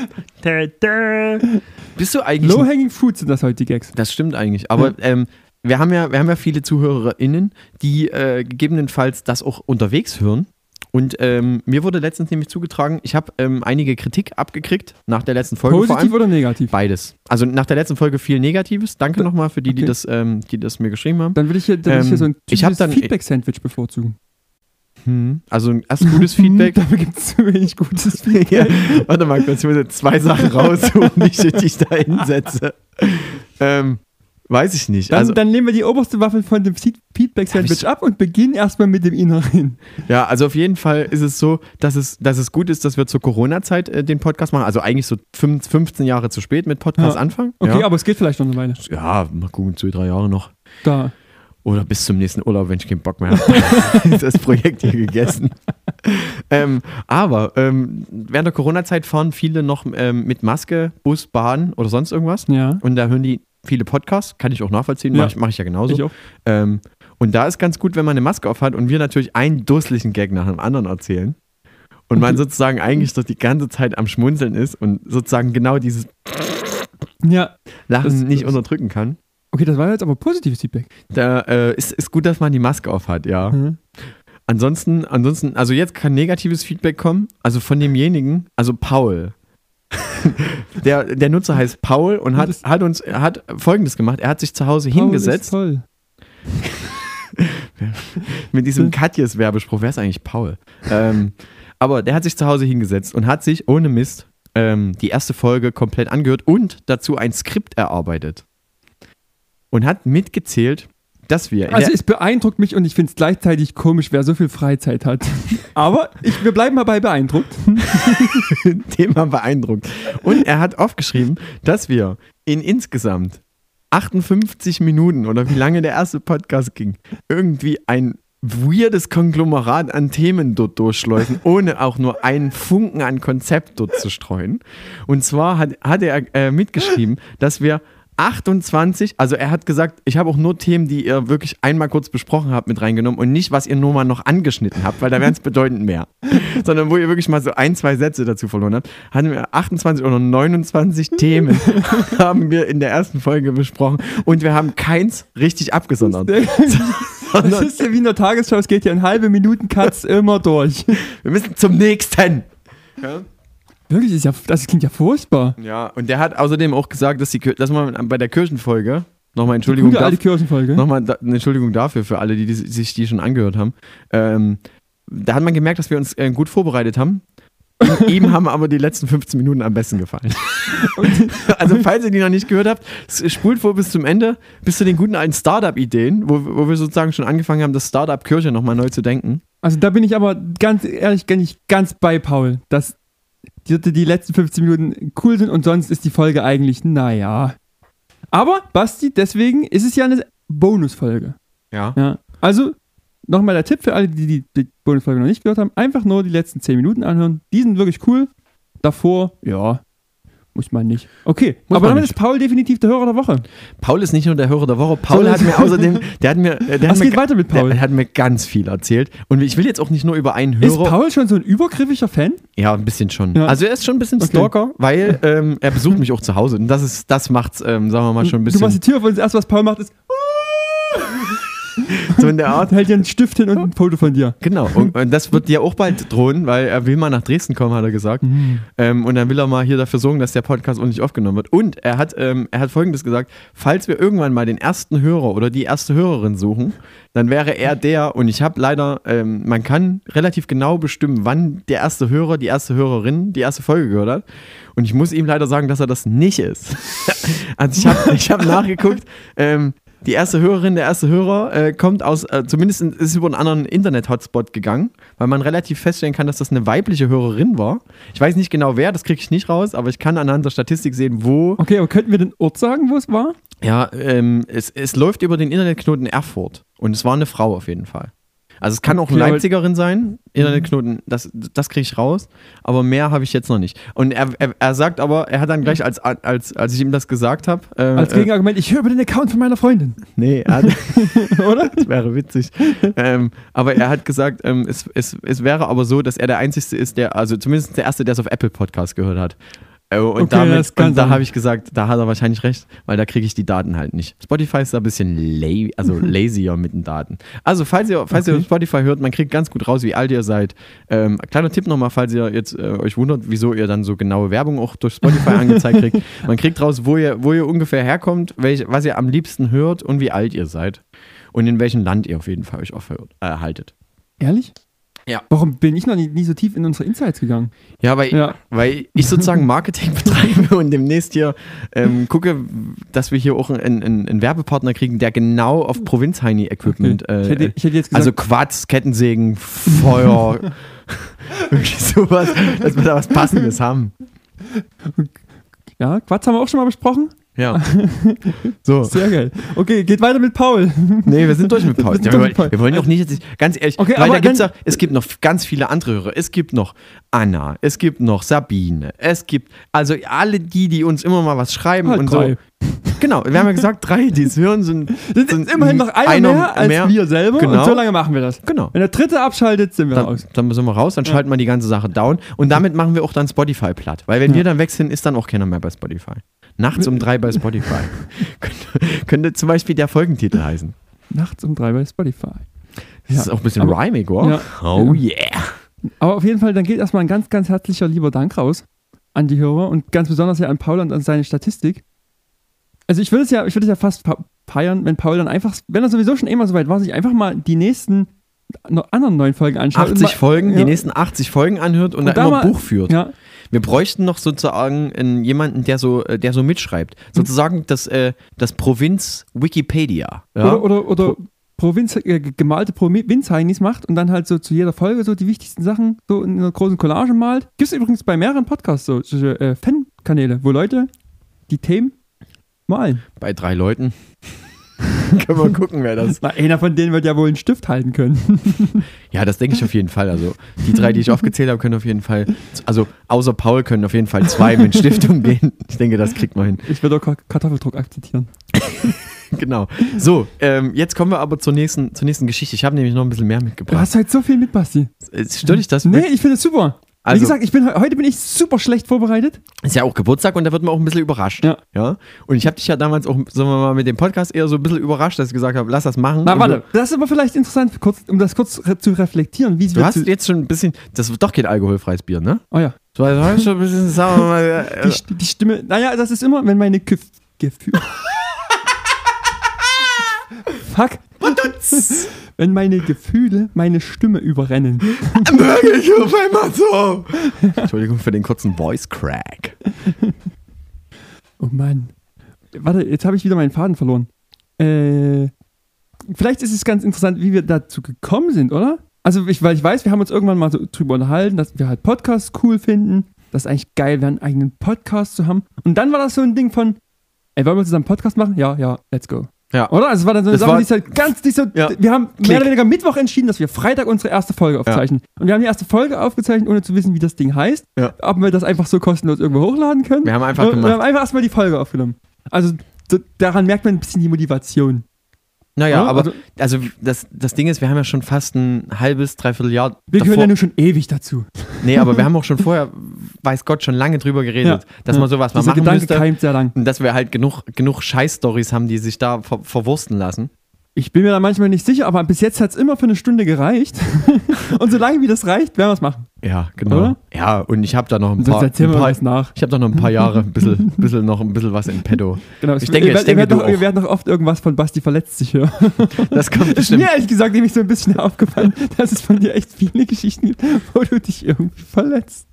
Speaker 1: Bist du eigentlich ein
Speaker 2: Low-hanging fruit sind das heute die Gags.
Speaker 1: Das stimmt eigentlich. Aber ähm, wir, haben ja, wir haben ja viele ZuhörerInnen, die äh, gegebenenfalls das auch unterwegs hören. Und ähm, mir wurde letztens nämlich zugetragen, ich habe ähm, einige Kritik abgekriegt nach der letzten Folge. vor allem.
Speaker 2: Positiv oder negativ?
Speaker 1: Beides. Also nach der letzten Folge viel Negatives. Danke nochmal für die, die,
Speaker 2: Okay.
Speaker 1: das, ähm, die das mir geschrieben haben.
Speaker 2: Dann will ich hier, dann will ich
Speaker 1: Ähm,
Speaker 2: hier so ein
Speaker 1: ich hab
Speaker 2: typisches
Speaker 1: dann-
Speaker 2: Feedback-Sandwich bevorzugen. Mhm.
Speaker 1: Hm. Also ein erst gutes Feedback.
Speaker 2: Dafür gibt es zu wenig gutes Feedback.
Speaker 1: Ja, warte mal, kurz, ich muss jetzt zwei Sachen raussuchen, die ich, die ich da hinsetze. Ähm, weiß ich nicht.
Speaker 2: Dann,
Speaker 1: also,
Speaker 2: dann nehmen wir die oberste Waffel von dem Feed- Feedback-Sandwich ab und beginnen erstmal mit dem Inneren.
Speaker 1: Ja, also auf jeden Fall ist es so, dass es, dass es gut ist, dass wir zur Corona-Zeit äh, den Podcast machen. Also eigentlich so fünf, 15 Jahre zu spät mit Podcast
Speaker 2: Ja.
Speaker 1: anfangen.
Speaker 2: Okay,
Speaker 1: ja.
Speaker 2: aber es geht vielleicht noch eine Weile.
Speaker 1: ja, mal gucken, zwei, drei Jahre noch.
Speaker 2: Da.
Speaker 1: Oder bis zum nächsten Urlaub, wenn ich keinen Bock mehr habe. das Projekt hier gegessen. ähm, aber ähm, während der Corona-Zeit fahren viele noch ähm, mit Maske, Bus, Bahn oder sonst irgendwas.
Speaker 2: Ja.
Speaker 1: Und da hören die viele Podcasts, kann ich auch nachvollziehen,
Speaker 2: Ja.
Speaker 1: mache ich, mach ich ja genauso.
Speaker 2: Ich auch.
Speaker 1: Ähm, und da ist ganz gut, wenn man eine Maske auf hat und wir natürlich einen dusseligen Gag nach dem anderen erzählen. Und man sozusagen eigentlich doch die ganze Zeit am Schmunzeln ist und sozusagen genau dieses
Speaker 2: Ja.
Speaker 1: Lachen
Speaker 2: Das-
Speaker 1: nicht
Speaker 2: das-
Speaker 1: unterdrücken kann.
Speaker 2: Okay, das war jetzt aber positives Feedback.
Speaker 1: Da äh, ist, ist gut, dass man die Maske auf hat, ja.
Speaker 2: Mhm.
Speaker 1: Ansonsten, ansonsten, also jetzt kann negatives Feedback kommen, also von demjenigen, also Paul. der, der Nutzer heißt Paul und hat,
Speaker 2: Das-
Speaker 1: hat uns hat folgendes gemacht. Er hat sich zu Hause hingesetzt
Speaker 2: Paul ist toll.
Speaker 1: Mit
Speaker 2: Hm.
Speaker 1: diesem Katjes Werbespruch, wer ist eigentlich Paul? ähm, aber der hat sich zu Hause hingesetzt und hat sich ohne Mist ähm, die erste Folge komplett angehört und dazu ein Skript erarbeitet. Und hat mitgezählt, dass wir. in
Speaker 2: Also
Speaker 1: der,
Speaker 2: es beeindruckt mich und ich finde es gleichzeitig komisch, wer so viel Freizeit hat. Aber ich, wir bleiben mal bei beeindruckt.
Speaker 1: Thema beeindruckt. Und er hat aufgeschrieben, dass wir in insgesamt 58 Minuten oder wie lange der erste Podcast ging, irgendwie ein weirdes Konglomerat an Themen dort durchschleusen, ohne auch nur einen Funken an Konzept dort zu streuen. Und zwar hat, hat er äh, mitgeschrieben, dass wir 28, also er hat gesagt, ich habe auch nur Themen, die ihr wirklich einmal kurz besprochen habt, mit reingenommen und nicht, was ihr nur mal noch angeschnitten habt, weil da wären es bedeutend mehr sondern wo ihr wirklich mal so ein, zwei Sätze dazu verloren habt, hatten wir 28 oder 29 Themen, haben wir in der ersten Folge besprochen und wir haben keins richtig abgesondert.
Speaker 2: Das ist ja wie in der Tagesschau, es geht ja in halbe Minuten Katz immer durch.
Speaker 1: Wir müssen zum nächsten. Ja.
Speaker 2: Wirklich, das, ist ja, das klingt ja furchtbar.
Speaker 1: ja, und der hat außerdem auch gesagt, dass, die, Kir- dass man bei der Kirchenfolge, nochmal Entschuldigung,
Speaker 2: Gute
Speaker 1: darf,
Speaker 2: alte Kirchenfolge.
Speaker 1: nochmal da, eine Entschuldigung dafür für alle, die, die sich die schon angehört haben, ähm, da hat man gemerkt, dass wir uns äh, gut vorbereitet haben. Ihm haben aber die letzten 15 Minuten am besten gefallen. also, falls ihr die noch nicht gehört habt, s- spult vor bis zum Ende, bis zu den guten alten Startup-Ideen, wo, wo wir sozusagen schon angefangen haben, das Startup-Kirche nochmal neu zu denken.
Speaker 2: Also da bin ich aber ganz ehrlich, bin ich ganz bei Paul, dass die, die letzten 15 Minuten cool sind und sonst ist die Folge eigentlich, naja. Aber, Basti, deswegen ist es ja eine Bonusfolge.
Speaker 1: Ja.
Speaker 2: Ja. Also, nochmal der Tipp für alle, die die, die Bonusfolge noch nicht gehört haben: einfach nur die letzten 10 Minuten anhören. Die sind wirklich cool. Davor, ja, muss man nicht. Okay,
Speaker 1: Muss
Speaker 2: aber
Speaker 1: man
Speaker 2: damit
Speaker 1: nicht.
Speaker 2: ist Paul definitiv der Hörer der Woche.
Speaker 1: Paul ist nicht nur der Hörer der Woche, Paul
Speaker 2: Sondern-
Speaker 1: hat mir außerdem, der hat mir, äh, der hat
Speaker 2: Was
Speaker 1: mir,
Speaker 2: geht weiter mit Paul?
Speaker 1: der hat mir ganz viel erzählt. Und ich will jetzt auch nicht nur über einen
Speaker 2: Ist
Speaker 1: Hörer.
Speaker 2: Paul schon so ein übergriffiger Fan?
Speaker 1: Ja, ein bisschen schon.
Speaker 2: Ja.
Speaker 1: Also er ist schon ein bisschen
Speaker 2: Okay.
Speaker 1: Stalker, weil ähm, er besucht mich auch zu Hause. Und das ist, das macht's, ähm, sagen wir mal, schon ein
Speaker 2: Du machst die
Speaker 1: bisschen
Speaker 2: Tür auf und das erste, was Paul macht, ist
Speaker 1: so in der Art.
Speaker 2: und hält dir halt einen Stift hin und ein Foto von dir.
Speaker 1: Genau. Und, und das wird dir auch bald drohen, weil er will mal nach Dresden kommen, hat er gesagt. Ähm, und dann will er mal hier dafür sorgen, dass der Podcast ordentlich aufgenommen wird. Und er hat, ähm, er hat folgendes gesagt: Falls wir irgendwann mal den ersten Hörer oder die erste Hörerin suchen, dann wäre er der. Und ich habe leider, ähm, man kann relativ genau bestimmen, wann der erste Hörer, die erste Hörerin die erste Folge gehört hat. Und ich muss ihm leider sagen, dass er das nicht ist. also ich habe ich hab nachgeguckt. Ähm, die erste Hörerin, der erste Hörer äh, kommt aus, äh, zumindest in- ist über einen anderen Internet-Hotspot gegangen, weil man relativ feststellen kann, dass das eine weibliche Hörerin war. Ich weiß nicht genau wer, das kriege ich nicht raus, aber ich kann anhand der Statistik sehen, wo.
Speaker 2: Okay, aber könnten wir den Ort sagen, wo es war?
Speaker 1: Ja, ähm, es, es läuft über den Internetknoten Erfurt und es war eine Frau auf jeden Fall. Also es kann auch eine
Speaker 2: Okay, aber- Mhm.
Speaker 1: Leipzigerin sein, Internetknoten, das, das kriege ich raus, aber mehr habe ich jetzt noch nicht. Und er, er, er sagt aber, er hat dann gleich, als, als, als ich ihm das gesagt habe, äh,
Speaker 2: Mhm. Als
Speaker 1: äh,
Speaker 2: Gegenargument, ich höre über den Account von meiner Freundin,
Speaker 1: nee, er hat,
Speaker 2: oder?
Speaker 1: Das wäre witzig. ähm, aber er hat gesagt, ähm, es, es, es wäre aber so, dass er der Einzige ist, der, also zumindest der Erste, der es auf Apple Podcast gehört hat. Äh, und
Speaker 2: Okay, das
Speaker 1: damit,
Speaker 2: kann
Speaker 1: und da
Speaker 2: sein.
Speaker 1: habe ich gesagt, da hat er wahrscheinlich recht, weil da kriege ich die Daten halt nicht. Spotify ist da ein bisschen la also lazier mit den Daten. Also, falls ihr, falls ihr
Speaker 2: Okay.
Speaker 1: Spotify hört, man kriegt ganz gut raus, wie alt ihr seid. Ähm, kleiner Tipp nochmal, falls ihr jetzt äh, euch wundert, wieso ihr dann so genaue Werbung auch durch Spotify angezeigt kriegt. Man kriegt raus, wo ihr, wo ihr ungefähr herkommt, welch, was ihr am liebsten hört und wie alt ihr seid und in welchem Land ihr auf jeden Fall euch aufhört, äh, haltet.
Speaker 2: Ehrlich?
Speaker 1: Ja.
Speaker 2: Warum bin ich noch nie, nie so tief in unsere Insights gegangen?
Speaker 1: Ja, weil,
Speaker 2: Ja.
Speaker 1: weil ich sozusagen Marketing betreibe und demnächst hier ähm, gucke, dass wir hier auch einen, einen, einen Werbepartner kriegen, der genau auf Provinz-Heini-Equipment,
Speaker 2: ich,
Speaker 1: äh,
Speaker 2: hätte, ich hätte jetzt gesagt,
Speaker 1: also Quatsch, Kettensägen, Feuer, wirklich sowas, dass wir da was Passendes haben. also-
Speaker 2: ja, Quatsch haben wir auch schon mal besprochen.
Speaker 1: Ja. So.
Speaker 2: Sehr geil. Okay, geht weiter mit Paul.
Speaker 1: Nee, wir sind durch mit Paul.
Speaker 2: Wir sind
Speaker 1: Ja,
Speaker 2: durch
Speaker 1: wir,
Speaker 2: mit Paul.
Speaker 1: wollen- wir wollen doch nicht jetzt, ganz ehrlich,
Speaker 2: Okay,
Speaker 1: weil
Speaker 2: aber
Speaker 1: da gibt's
Speaker 2: dann-
Speaker 1: ja, es gibt noch ganz viele andere Hörer. Es gibt noch Anna, es gibt noch Sabine, es gibt also alle die, die uns immer mal was schreiben
Speaker 2: Halt
Speaker 1: und
Speaker 2: drei.
Speaker 1: so. Genau, wir haben ja gesagt, drei, die es hören, sind,
Speaker 2: Das ist immerhin noch einer, mehr als wir selber
Speaker 1: Genau.
Speaker 2: und so lange machen wir das.
Speaker 1: Genau.
Speaker 2: Wenn der dritte abschaltet, sind wir
Speaker 1: Dann,
Speaker 2: raus.
Speaker 1: dann sind wir raus, dann schalten wir die ganze Sache down und damit machen wir auch dann Spotify platt. Weil wenn wir dann wechseln, ist dann auch keiner mehr bei Spotify. Nachts um drei bei Spotify. könnte, könnte zum Beispiel der Folgentitel heißen.
Speaker 2: Nachts um drei bei Spotify.
Speaker 1: Das
Speaker 2: Ja.
Speaker 1: ist auch ein bisschen
Speaker 2: Aber-
Speaker 1: rhymig, oder?
Speaker 2: Ja.
Speaker 1: Oh yeah.
Speaker 2: Aber auf jeden Fall, dann geht erstmal ein ganz, ganz herzlicher lieber Dank raus an die Hörer und ganz besonders ja an Paul und an seine Statistik. Also ich würde es ja, ich würde es ja fast fe- feiern, wenn Paul dann einfach, wenn er sowieso schon immer so weit war, sich einfach mal die nächsten noch anderen neuen Folgen anschaut. und
Speaker 1: 80
Speaker 2: mal,
Speaker 1: Folgen,
Speaker 2: ja.
Speaker 1: die nächsten 80 Folgen anhört und,
Speaker 2: Und
Speaker 1: da
Speaker 2: da
Speaker 1: immer
Speaker 2: mal-
Speaker 1: Buch führt.
Speaker 2: Ja,
Speaker 1: Wir bräuchten noch sozusagen einen, jemanden, der so, äh, der so mitschreibt.
Speaker 2: Hm.
Speaker 1: Sozusagen das, äh, das Provinz Wikipedia. Ja?
Speaker 2: Oder, oder, oder Provinz, äh, ge- gemalte Provinz-Heinis macht und dann halt so zu jeder Folge so die wichtigsten Sachen so in einer großen Collage malt. Gibt es übrigens bei mehreren Podcasts so, so äh, Fankanäle, wo Leute die Themen malen.
Speaker 1: Bei drei Leuten. Können wir gucken, wer das.
Speaker 2: Na, einer von denen wird ja wohl einen Stift halten können.
Speaker 1: Ja, das denke ich auf jeden Fall. Also die drei, die ich aufgezählt habe, können auf jeden Fall, also außer Paul können auf jeden Fall zwei mit Stiftung gehen. Ich denke, das kriegt man hin.
Speaker 2: Ich würde auch Ka- Kartoffeldruck akzeptieren.
Speaker 1: Genau. So, ähm, jetzt kommen wir aber zur nächsten, zur nächsten Geschichte. Ich habe nämlich noch ein bisschen mehr
Speaker 2: Du
Speaker 1: mitgebracht.
Speaker 2: hast heute so viel mit, Basti.
Speaker 1: Was? Stört dich das?
Speaker 2: Nee, ich finde es super. Wie
Speaker 1: Also-
Speaker 2: gesagt, ich bin, he- heute bin ich super schlecht vorbereitet.
Speaker 1: Ist ja auch Geburtstag und da wird man auch ein bisschen überrascht.
Speaker 2: Ja.
Speaker 1: Und ich habe dich ja damals auch, sagen wir mal, mit dem Podcast eher so ein bisschen überrascht, dass ich gesagt habe, lass das machen.
Speaker 2: Na,
Speaker 1: Und
Speaker 2: warte. Also, Das ist aber vielleicht interessant, für kurz, um das kurz re zu reflektieren. Wie es
Speaker 1: Du, du
Speaker 2: wir
Speaker 1: hast
Speaker 2: zu,
Speaker 1: jetzt schon ein bisschen, das wird doch kein alkoholfreies Bier, ne?
Speaker 2: oh ja.
Speaker 1: Du hast schon ein bisschen, sagen wir mal,
Speaker 2: Die,
Speaker 1: äh,
Speaker 2: St- die Stimme. Naja, das ist immer, wenn meine Gef Gefühle. fuck, wenn meine Gefühle meine Stimme überrennen.
Speaker 1: Wirklich auf einmal so. Entschuldigung für den kurzen Voice Crack.
Speaker 2: Oh Mann. Warte, jetzt habe ich wieder meinen Faden verloren. Äh, vielleicht ist es ganz interessant, wie wir dazu gekommen sind, oder? Also, ich, weil ich weiß, wir haben uns irgendwann mal so drüber unterhalten, dass wir halt Podcasts cool finden, dass es eigentlich geil wäre, einen eigenen Podcast zu haben. Und dann war das so ein Ding von, ey, wollen wir zusammen einen Podcast machen? Ja, ja, let's go.
Speaker 1: Ja.
Speaker 2: Oder? Also es war dann so eine
Speaker 1: Es
Speaker 2: Sache,
Speaker 1: war-
Speaker 2: die ist halt ganz, die ist so,
Speaker 1: Ja.
Speaker 2: wir haben mehr
Speaker 1: Klick.
Speaker 2: oder weniger Mittwoch entschieden, dass wir Freitag unsere erste Folge aufzeichnen. Und wir haben die erste Folge aufgezeichnet, ohne zu wissen, wie das Ding heißt.
Speaker 1: Ja.
Speaker 2: Ob wir das einfach so kostenlos irgendwo hochladen können.
Speaker 1: Wir haben einfach
Speaker 2: Und Wir
Speaker 1: gemacht.
Speaker 2: haben einfach erstmal die Folge aufgenommen. Also d- daran merkt man ein bisschen die Motivation.
Speaker 1: Naja,
Speaker 2: Ja,
Speaker 1: aber
Speaker 2: also-
Speaker 1: also das, das Ding ist, wir haben ja schon fast ein halbes, dreiviertel Jahr
Speaker 2: Wir gehören
Speaker 1: davor-
Speaker 2: ja nur schon ewig dazu.
Speaker 1: Nee, aber wir haben auch schon vorher, weiß Gott, schon lange drüber geredet,
Speaker 2: Ja.
Speaker 1: dass man sowas mal
Speaker 2: Dieser
Speaker 1: machen
Speaker 2: Gedanke
Speaker 1: müsste.
Speaker 2: keimt sehr lang.
Speaker 1: Und dass wir halt genug, genug Scheiß-Stories haben, die sich da ver verwursten lassen.
Speaker 2: Ich bin mir da manchmal nicht sicher, aber bis jetzt hat es immer für eine Stunde gereicht. Und solange wie das reicht, werden wir es machen.
Speaker 1: Ja, genau.
Speaker 2: Oder?
Speaker 1: Ja, und ich habe da noch ein
Speaker 2: Und sonst
Speaker 1: paar, ein
Speaker 2: erzählen wir
Speaker 1: paar
Speaker 2: was nach.
Speaker 1: ich habe da noch ein paar Jahre ein bisschen, bisschen noch ein bisschen was in petto.
Speaker 2: Genau,
Speaker 1: Ich denke-
Speaker 2: wir,
Speaker 1: ich denke,
Speaker 2: wir, werden
Speaker 1: du
Speaker 2: noch, wir
Speaker 1: auch.
Speaker 2: werden noch oft irgendwas von Basti verletzt sich hören.
Speaker 1: Das kommt
Speaker 2: Ist
Speaker 1: bestimmt.
Speaker 2: mir ehrlich gesagt nämlich so ein bisschen aufgefallen, dass es von dir echt viele Geschichten gibt, wo du dich irgendwie verletzt.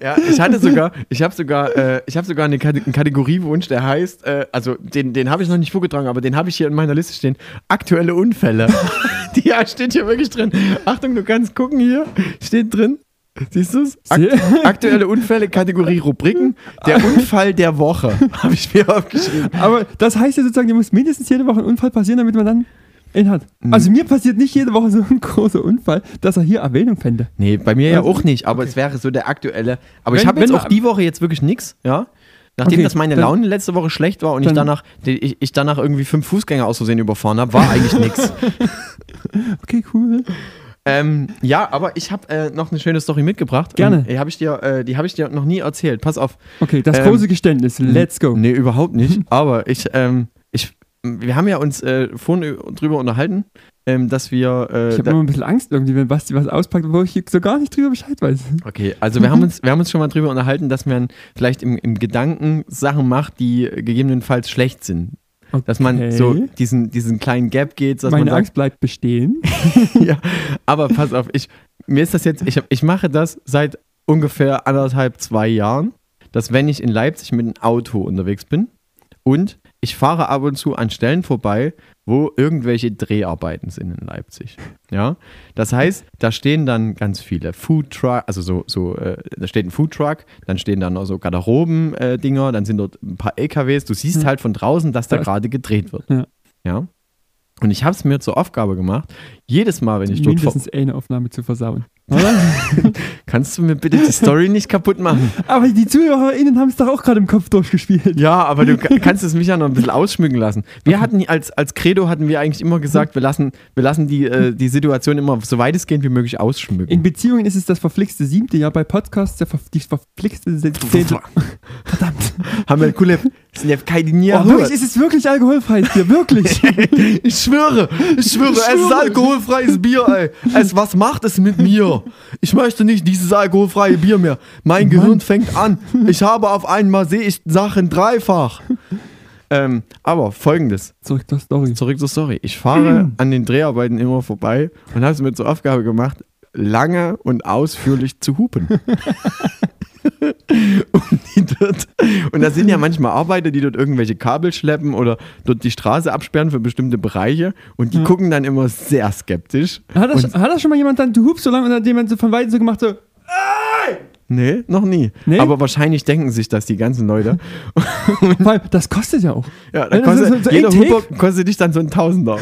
Speaker 1: Ja, ich hatte sogar, ich habe sogar, äh, ich habe sogar eine Kate einen Kategoriewunsch, der heißt, äh, also den, den habe ich noch nicht vorgetragen, aber den habe ich hier in meiner Liste stehen. Aktuelle Unfälle. Die ja, steht hier wirklich drin. Achtung, du kannst gucken hier. Steht drin. Siehst du es?
Speaker 2: Sehe.
Speaker 1: aktuelle Unfälle, Kategorie Rubriken. Der Unfall der Woche habe ich mir aufgeschrieben.
Speaker 2: Aber das heißt ja sozusagen, dir muss mindestens jede Woche ein Unfall passieren, damit man dann ihn hat.
Speaker 1: Hm.
Speaker 2: Also mir passiert nicht jede Woche so ein großer Unfall, dass er hier Erwähnung fände.
Speaker 1: Nee, bei mir ja
Speaker 2: Also-
Speaker 1: auch nicht, aber es wäre so der aktuelle. Aber ich
Speaker 2: Wenn-
Speaker 1: habe jetzt
Speaker 2: wenn
Speaker 1: auch
Speaker 2: wir-
Speaker 1: die Woche jetzt wirklich nichts, ja. Nachdem
Speaker 2: Okay,
Speaker 1: dass meine
Speaker 2: dann-
Speaker 1: Laune letzte Woche schlecht war und ich
Speaker 2: dann-
Speaker 1: danach, die, ich, ich danach irgendwie fünf Fußgänger aus Versehen überfahren habe, war eigentlich nichts.
Speaker 2: Okay, cool.
Speaker 1: Ähm, ja, aber ich habe äh, noch eine schöne Story mitgebracht.
Speaker 2: Gerne.
Speaker 1: Ähm, die habe ich, dir, äh, die hab ich dir noch nie erzählt. Pass auf.
Speaker 2: Okay, das
Speaker 1: Ähm,
Speaker 2: große Geständnis. Let's go.
Speaker 1: Nee, überhaupt nicht. aber ich, ähm, ich, wir haben ja uns äh, vorhin ü- drüber unterhalten, ähm, dass wir. Äh,
Speaker 2: Ich habe
Speaker 1: da,
Speaker 2: immer ein bisschen Angst irgendwie, wenn Basti was auspackt, wo ich so gar nicht drüber Bescheid weiß.
Speaker 1: okay, also wir haben, uns, wir haben uns schon mal drüber unterhalten, dass man vielleicht im, im Gedanken Sachen macht, die gegebenenfalls schlecht sind. Dass man
Speaker 2: Okay.
Speaker 1: so diesen, diesen kleinen Gap geht, dass man
Speaker 2: Meine
Speaker 1: sagt,
Speaker 2: Angst bleibt bestehen.
Speaker 1: ja, aber pass auf, ich, mir ist das jetzt, ich, ich mache das seit ungefähr anderthalb, zwei Jahren, dass wenn ich in Leipzig mit dem Auto unterwegs bin und ich fahre ab und zu an Stellen vorbei, wo irgendwelche Dreharbeiten sind in Leipzig. Ja, das heißt, da stehen dann ganz viele Foodtruck, also so, so äh, da steht ein Foodtruck, dann stehen da noch so Garderoben-Dinger, dann sind dort ein paar LKWs. Du siehst halt von draußen, dass da
Speaker 2: Ja.
Speaker 1: gerade gedreht wird.
Speaker 2: Ja.
Speaker 1: ja? Und ich habe es mir zur Aufgabe gemacht, jedes Mal, wenn ich dort vor
Speaker 2: Mindestens eine Aufnahme zu versauen.
Speaker 1: Kannst du mir bitte die Story nicht kaputt machen?
Speaker 2: Aber die ZuhörerInnen haben es doch auch gerade im Kopf durchgespielt.
Speaker 1: Ja, aber du ka- kannst es mich ja noch ein bisschen ausschmücken lassen. Wir hatten als, als Credo hatten wir eigentlich immer gesagt, wir lassen, wir lassen die, äh, die Situation immer so weitestgehend wie möglich
Speaker 2: In
Speaker 1: ausschmücken.
Speaker 2: Beziehungen ist es das verflixte siebte Jahr, bei Podcasts der ver die verflixte se- zehnte. Verdammt.
Speaker 1: Haben wir Kulep, sind ja keine
Speaker 2: Oh, wirklich, ist es wirklich alkoholfrei hier? Wirklich?
Speaker 1: Ich schwöre, ich schwöre, es ist
Speaker 2: schwöre.
Speaker 1: alkoholfreies Bier, ey. Es, was macht es mit mir? Ich möchte nicht dieses alkoholfreie Bier mehr. Mein Gehirn fängt an. Ich habe auf einmal, sehe ich Sachen dreifach. Ähm, aber folgendes.
Speaker 2: Zurück zur Story.
Speaker 1: Zurück zur Story. Ich fahre
Speaker 2: Mhm.
Speaker 1: an den Dreharbeiten immer vorbei und habe es mir zur Aufgabe gemacht, lange und ausführlich zu hupen. und, die dort, und da sind ja manchmal Arbeiter, die dort irgendwelche Kabel schleppen oder dort die Straße absperren für bestimmte Bereiche und die
Speaker 2: Mhm.
Speaker 1: gucken dann immer sehr skeptisch.
Speaker 2: Hat das,
Speaker 1: Und-
Speaker 2: hat das schon mal jemand dann, du hupst so lange und dann hat jemand so von Weitem so gemacht, so,
Speaker 1: Nee, noch nie.
Speaker 2: Nee?
Speaker 1: Aber wahrscheinlich denken sich das die ganzen Leute.
Speaker 2: vor allem, das kostet ja auch.
Speaker 1: Ja, da
Speaker 2: Ja, das ist
Speaker 1: kostet,
Speaker 2: so- E so
Speaker 1: jeder
Speaker 2: ein Take.
Speaker 1: Huber kostet dich dann so ein Tausender.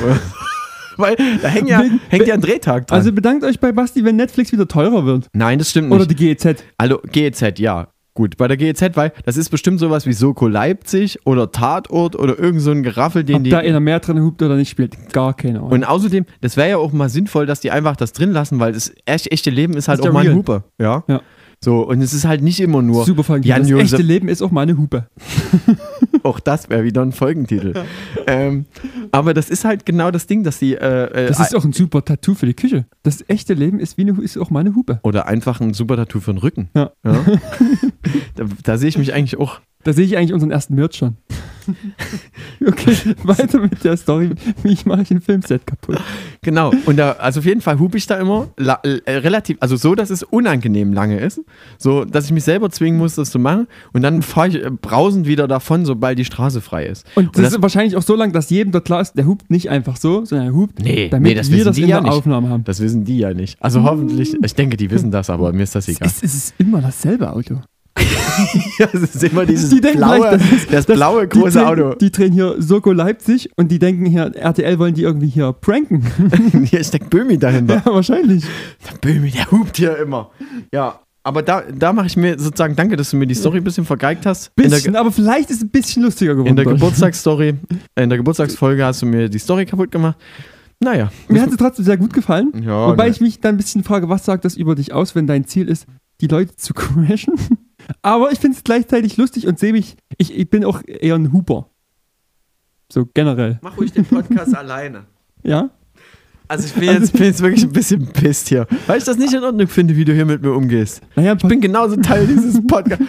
Speaker 1: Weil da hängt ja,
Speaker 2: Wenn-
Speaker 1: hängt ja ein Drehtag dran.
Speaker 2: Also bedankt euch bei Basti, wenn Netflix wieder teurer wird.
Speaker 1: Nein, das stimmt nicht.
Speaker 2: Oder die E GEZ.
Speaker 1: Also GEZ, ja. Gut, bei der GEZ, weil das ist bestimmt sowas wie Soko Leipzig oder Tatort oder irgend so ein Geraffel, den
Speaker 2: Ob
Speaker 1: die.
Speaker 2: da einer mehr drin hupt oder nicht spielt, gar keine Ahnung.
Speaker 1: und außerdem, das wäre ja auch mal sinnvoll, dass die einfach das drin lassen, weil das echt, echte Leben ist halt
Speaker 2: Ist ja
Speaker 1: auch mal ein
Speaker 2: real.
Speaker 1: Hupe. Ja?
Speaker 2: Ja.
Speaker 1: So, und es ist halt nicht immer nur
Speaker 2: Super Folgen.
Speaker 1: Jan
Speaker 2: das echte
Speaker 1: Josef.
Speaker 2: Leben ist auch meine Hupe.
Speaker 1: Auch das wäre wieder ein Folgentitel. ähm, aber das ist halt genau das Ding, dass die. Äh, äh,
Speaker 2: Das ist auch ein super Tattoo für die Küche. Das echte Leben ist, wie eine, ist auch meine Hupe.
Speaker 1: oder einfach ein super Tattoo für den Rücken.
Speaker 2: Ja.
Speaker 1: Da, da sehe ich mich eigentlich auch
Speaker 2: Da sehe ich eigentlich unseren ersten Wirt schon. okay, weiter mit der Story. Wie ich mache ich ein Filmset kaputt?
Speaker 1: Genau. Und da, also auf jeden Fall hub ich da immer la, äh, relativ, also so, dass es unangenehm lange ist. So, dass ich mich selber zwingen muss, das zu machen. Und dann fahre ich äh, brausend wieder davon, sobald die Straße frei ist.
Speaker 2: Und das,
Speaker 1: das-
Speaker 2: ist wahrscheinlich auch so lang, dass jedem dort klar ist, der hupt nicht einfach so, sondern er hupt,
Speaker 1: Nee,
Speaker 2: damit
Speaker 1: nee, das
Speaker 2: wir
Speaker 1: wissen
Speaker 2: das
Speaker 1: die
Speaker 2: in
Speaker 1: ja
Speaker 2: der
Speaker 1: nicht.
Speaker 2: Aufnahme haben.
Speaker 1: Das wissen die ja nicht. Also hoffentlich, ich denke, die wissen das, aber mir ist das egal.
Speaker 2: Es, es ist immer dasselbe Auto.
Speaker 1: Das ist immer dieses
Speaker 2: Die denken gleich, das ist-
Speaker 1: das
Speaker 2: das-
Speaker 1: blaue
Speaker 2: Die drehen- Die drehen hier Soko Leipzig und die denken hier, RTL wollen die irgendwie hier pranken.
Speaker 1: Hier steckt Bömi dahinter.
Speaker 2: ja, wahrscheinlich.
Speaker 1: Der Bömi, der hupt hier immer. Ja, aber da, da mache ich mir sozusagen, danke, dass du mir die Story ein bisschen vergeigt hast. In der,
Speaker 2: Bisschen,
Speaker 1: Ge-
Speaker 2: aber vielleicht ist es ein bisschen lustiger geworden.
Speaker 1: in der
Speaker 2: dadurch.
Speaker 1: Geburtstagsstory, in der Geburtstagsfolge hast du mir die Story kaputt gemacht. Naja.
Speaker 2: Mir hat es trotzdem sehr gut gefallen.
Speaker 1: Ja,
Speaker 2: Wobei
Speaker 1: ne.
Speaker 2: ich mich dann ein bisschen frage, was sagt das über dich aus, wenn dein Ziel ist, die Leute zu crashen? Aber ich finde es gleichzeitig lustig und sehe mich, ich, ich bin auch eher ein Huber. So generell.
Speaker 1: Mach ruhig den Podcast alleine.
Speaker 2: Ja?
Speaker 1: Also ich bin jetzt, bin jetzt wirklich ein bisschen pisst hier, weil ich das nicht in Ordnung finde, wie du hier mit mir umgehst.
Speaker 2: Naja,
Speaker 1: Ich bin genauso Teil dieses Podcasts.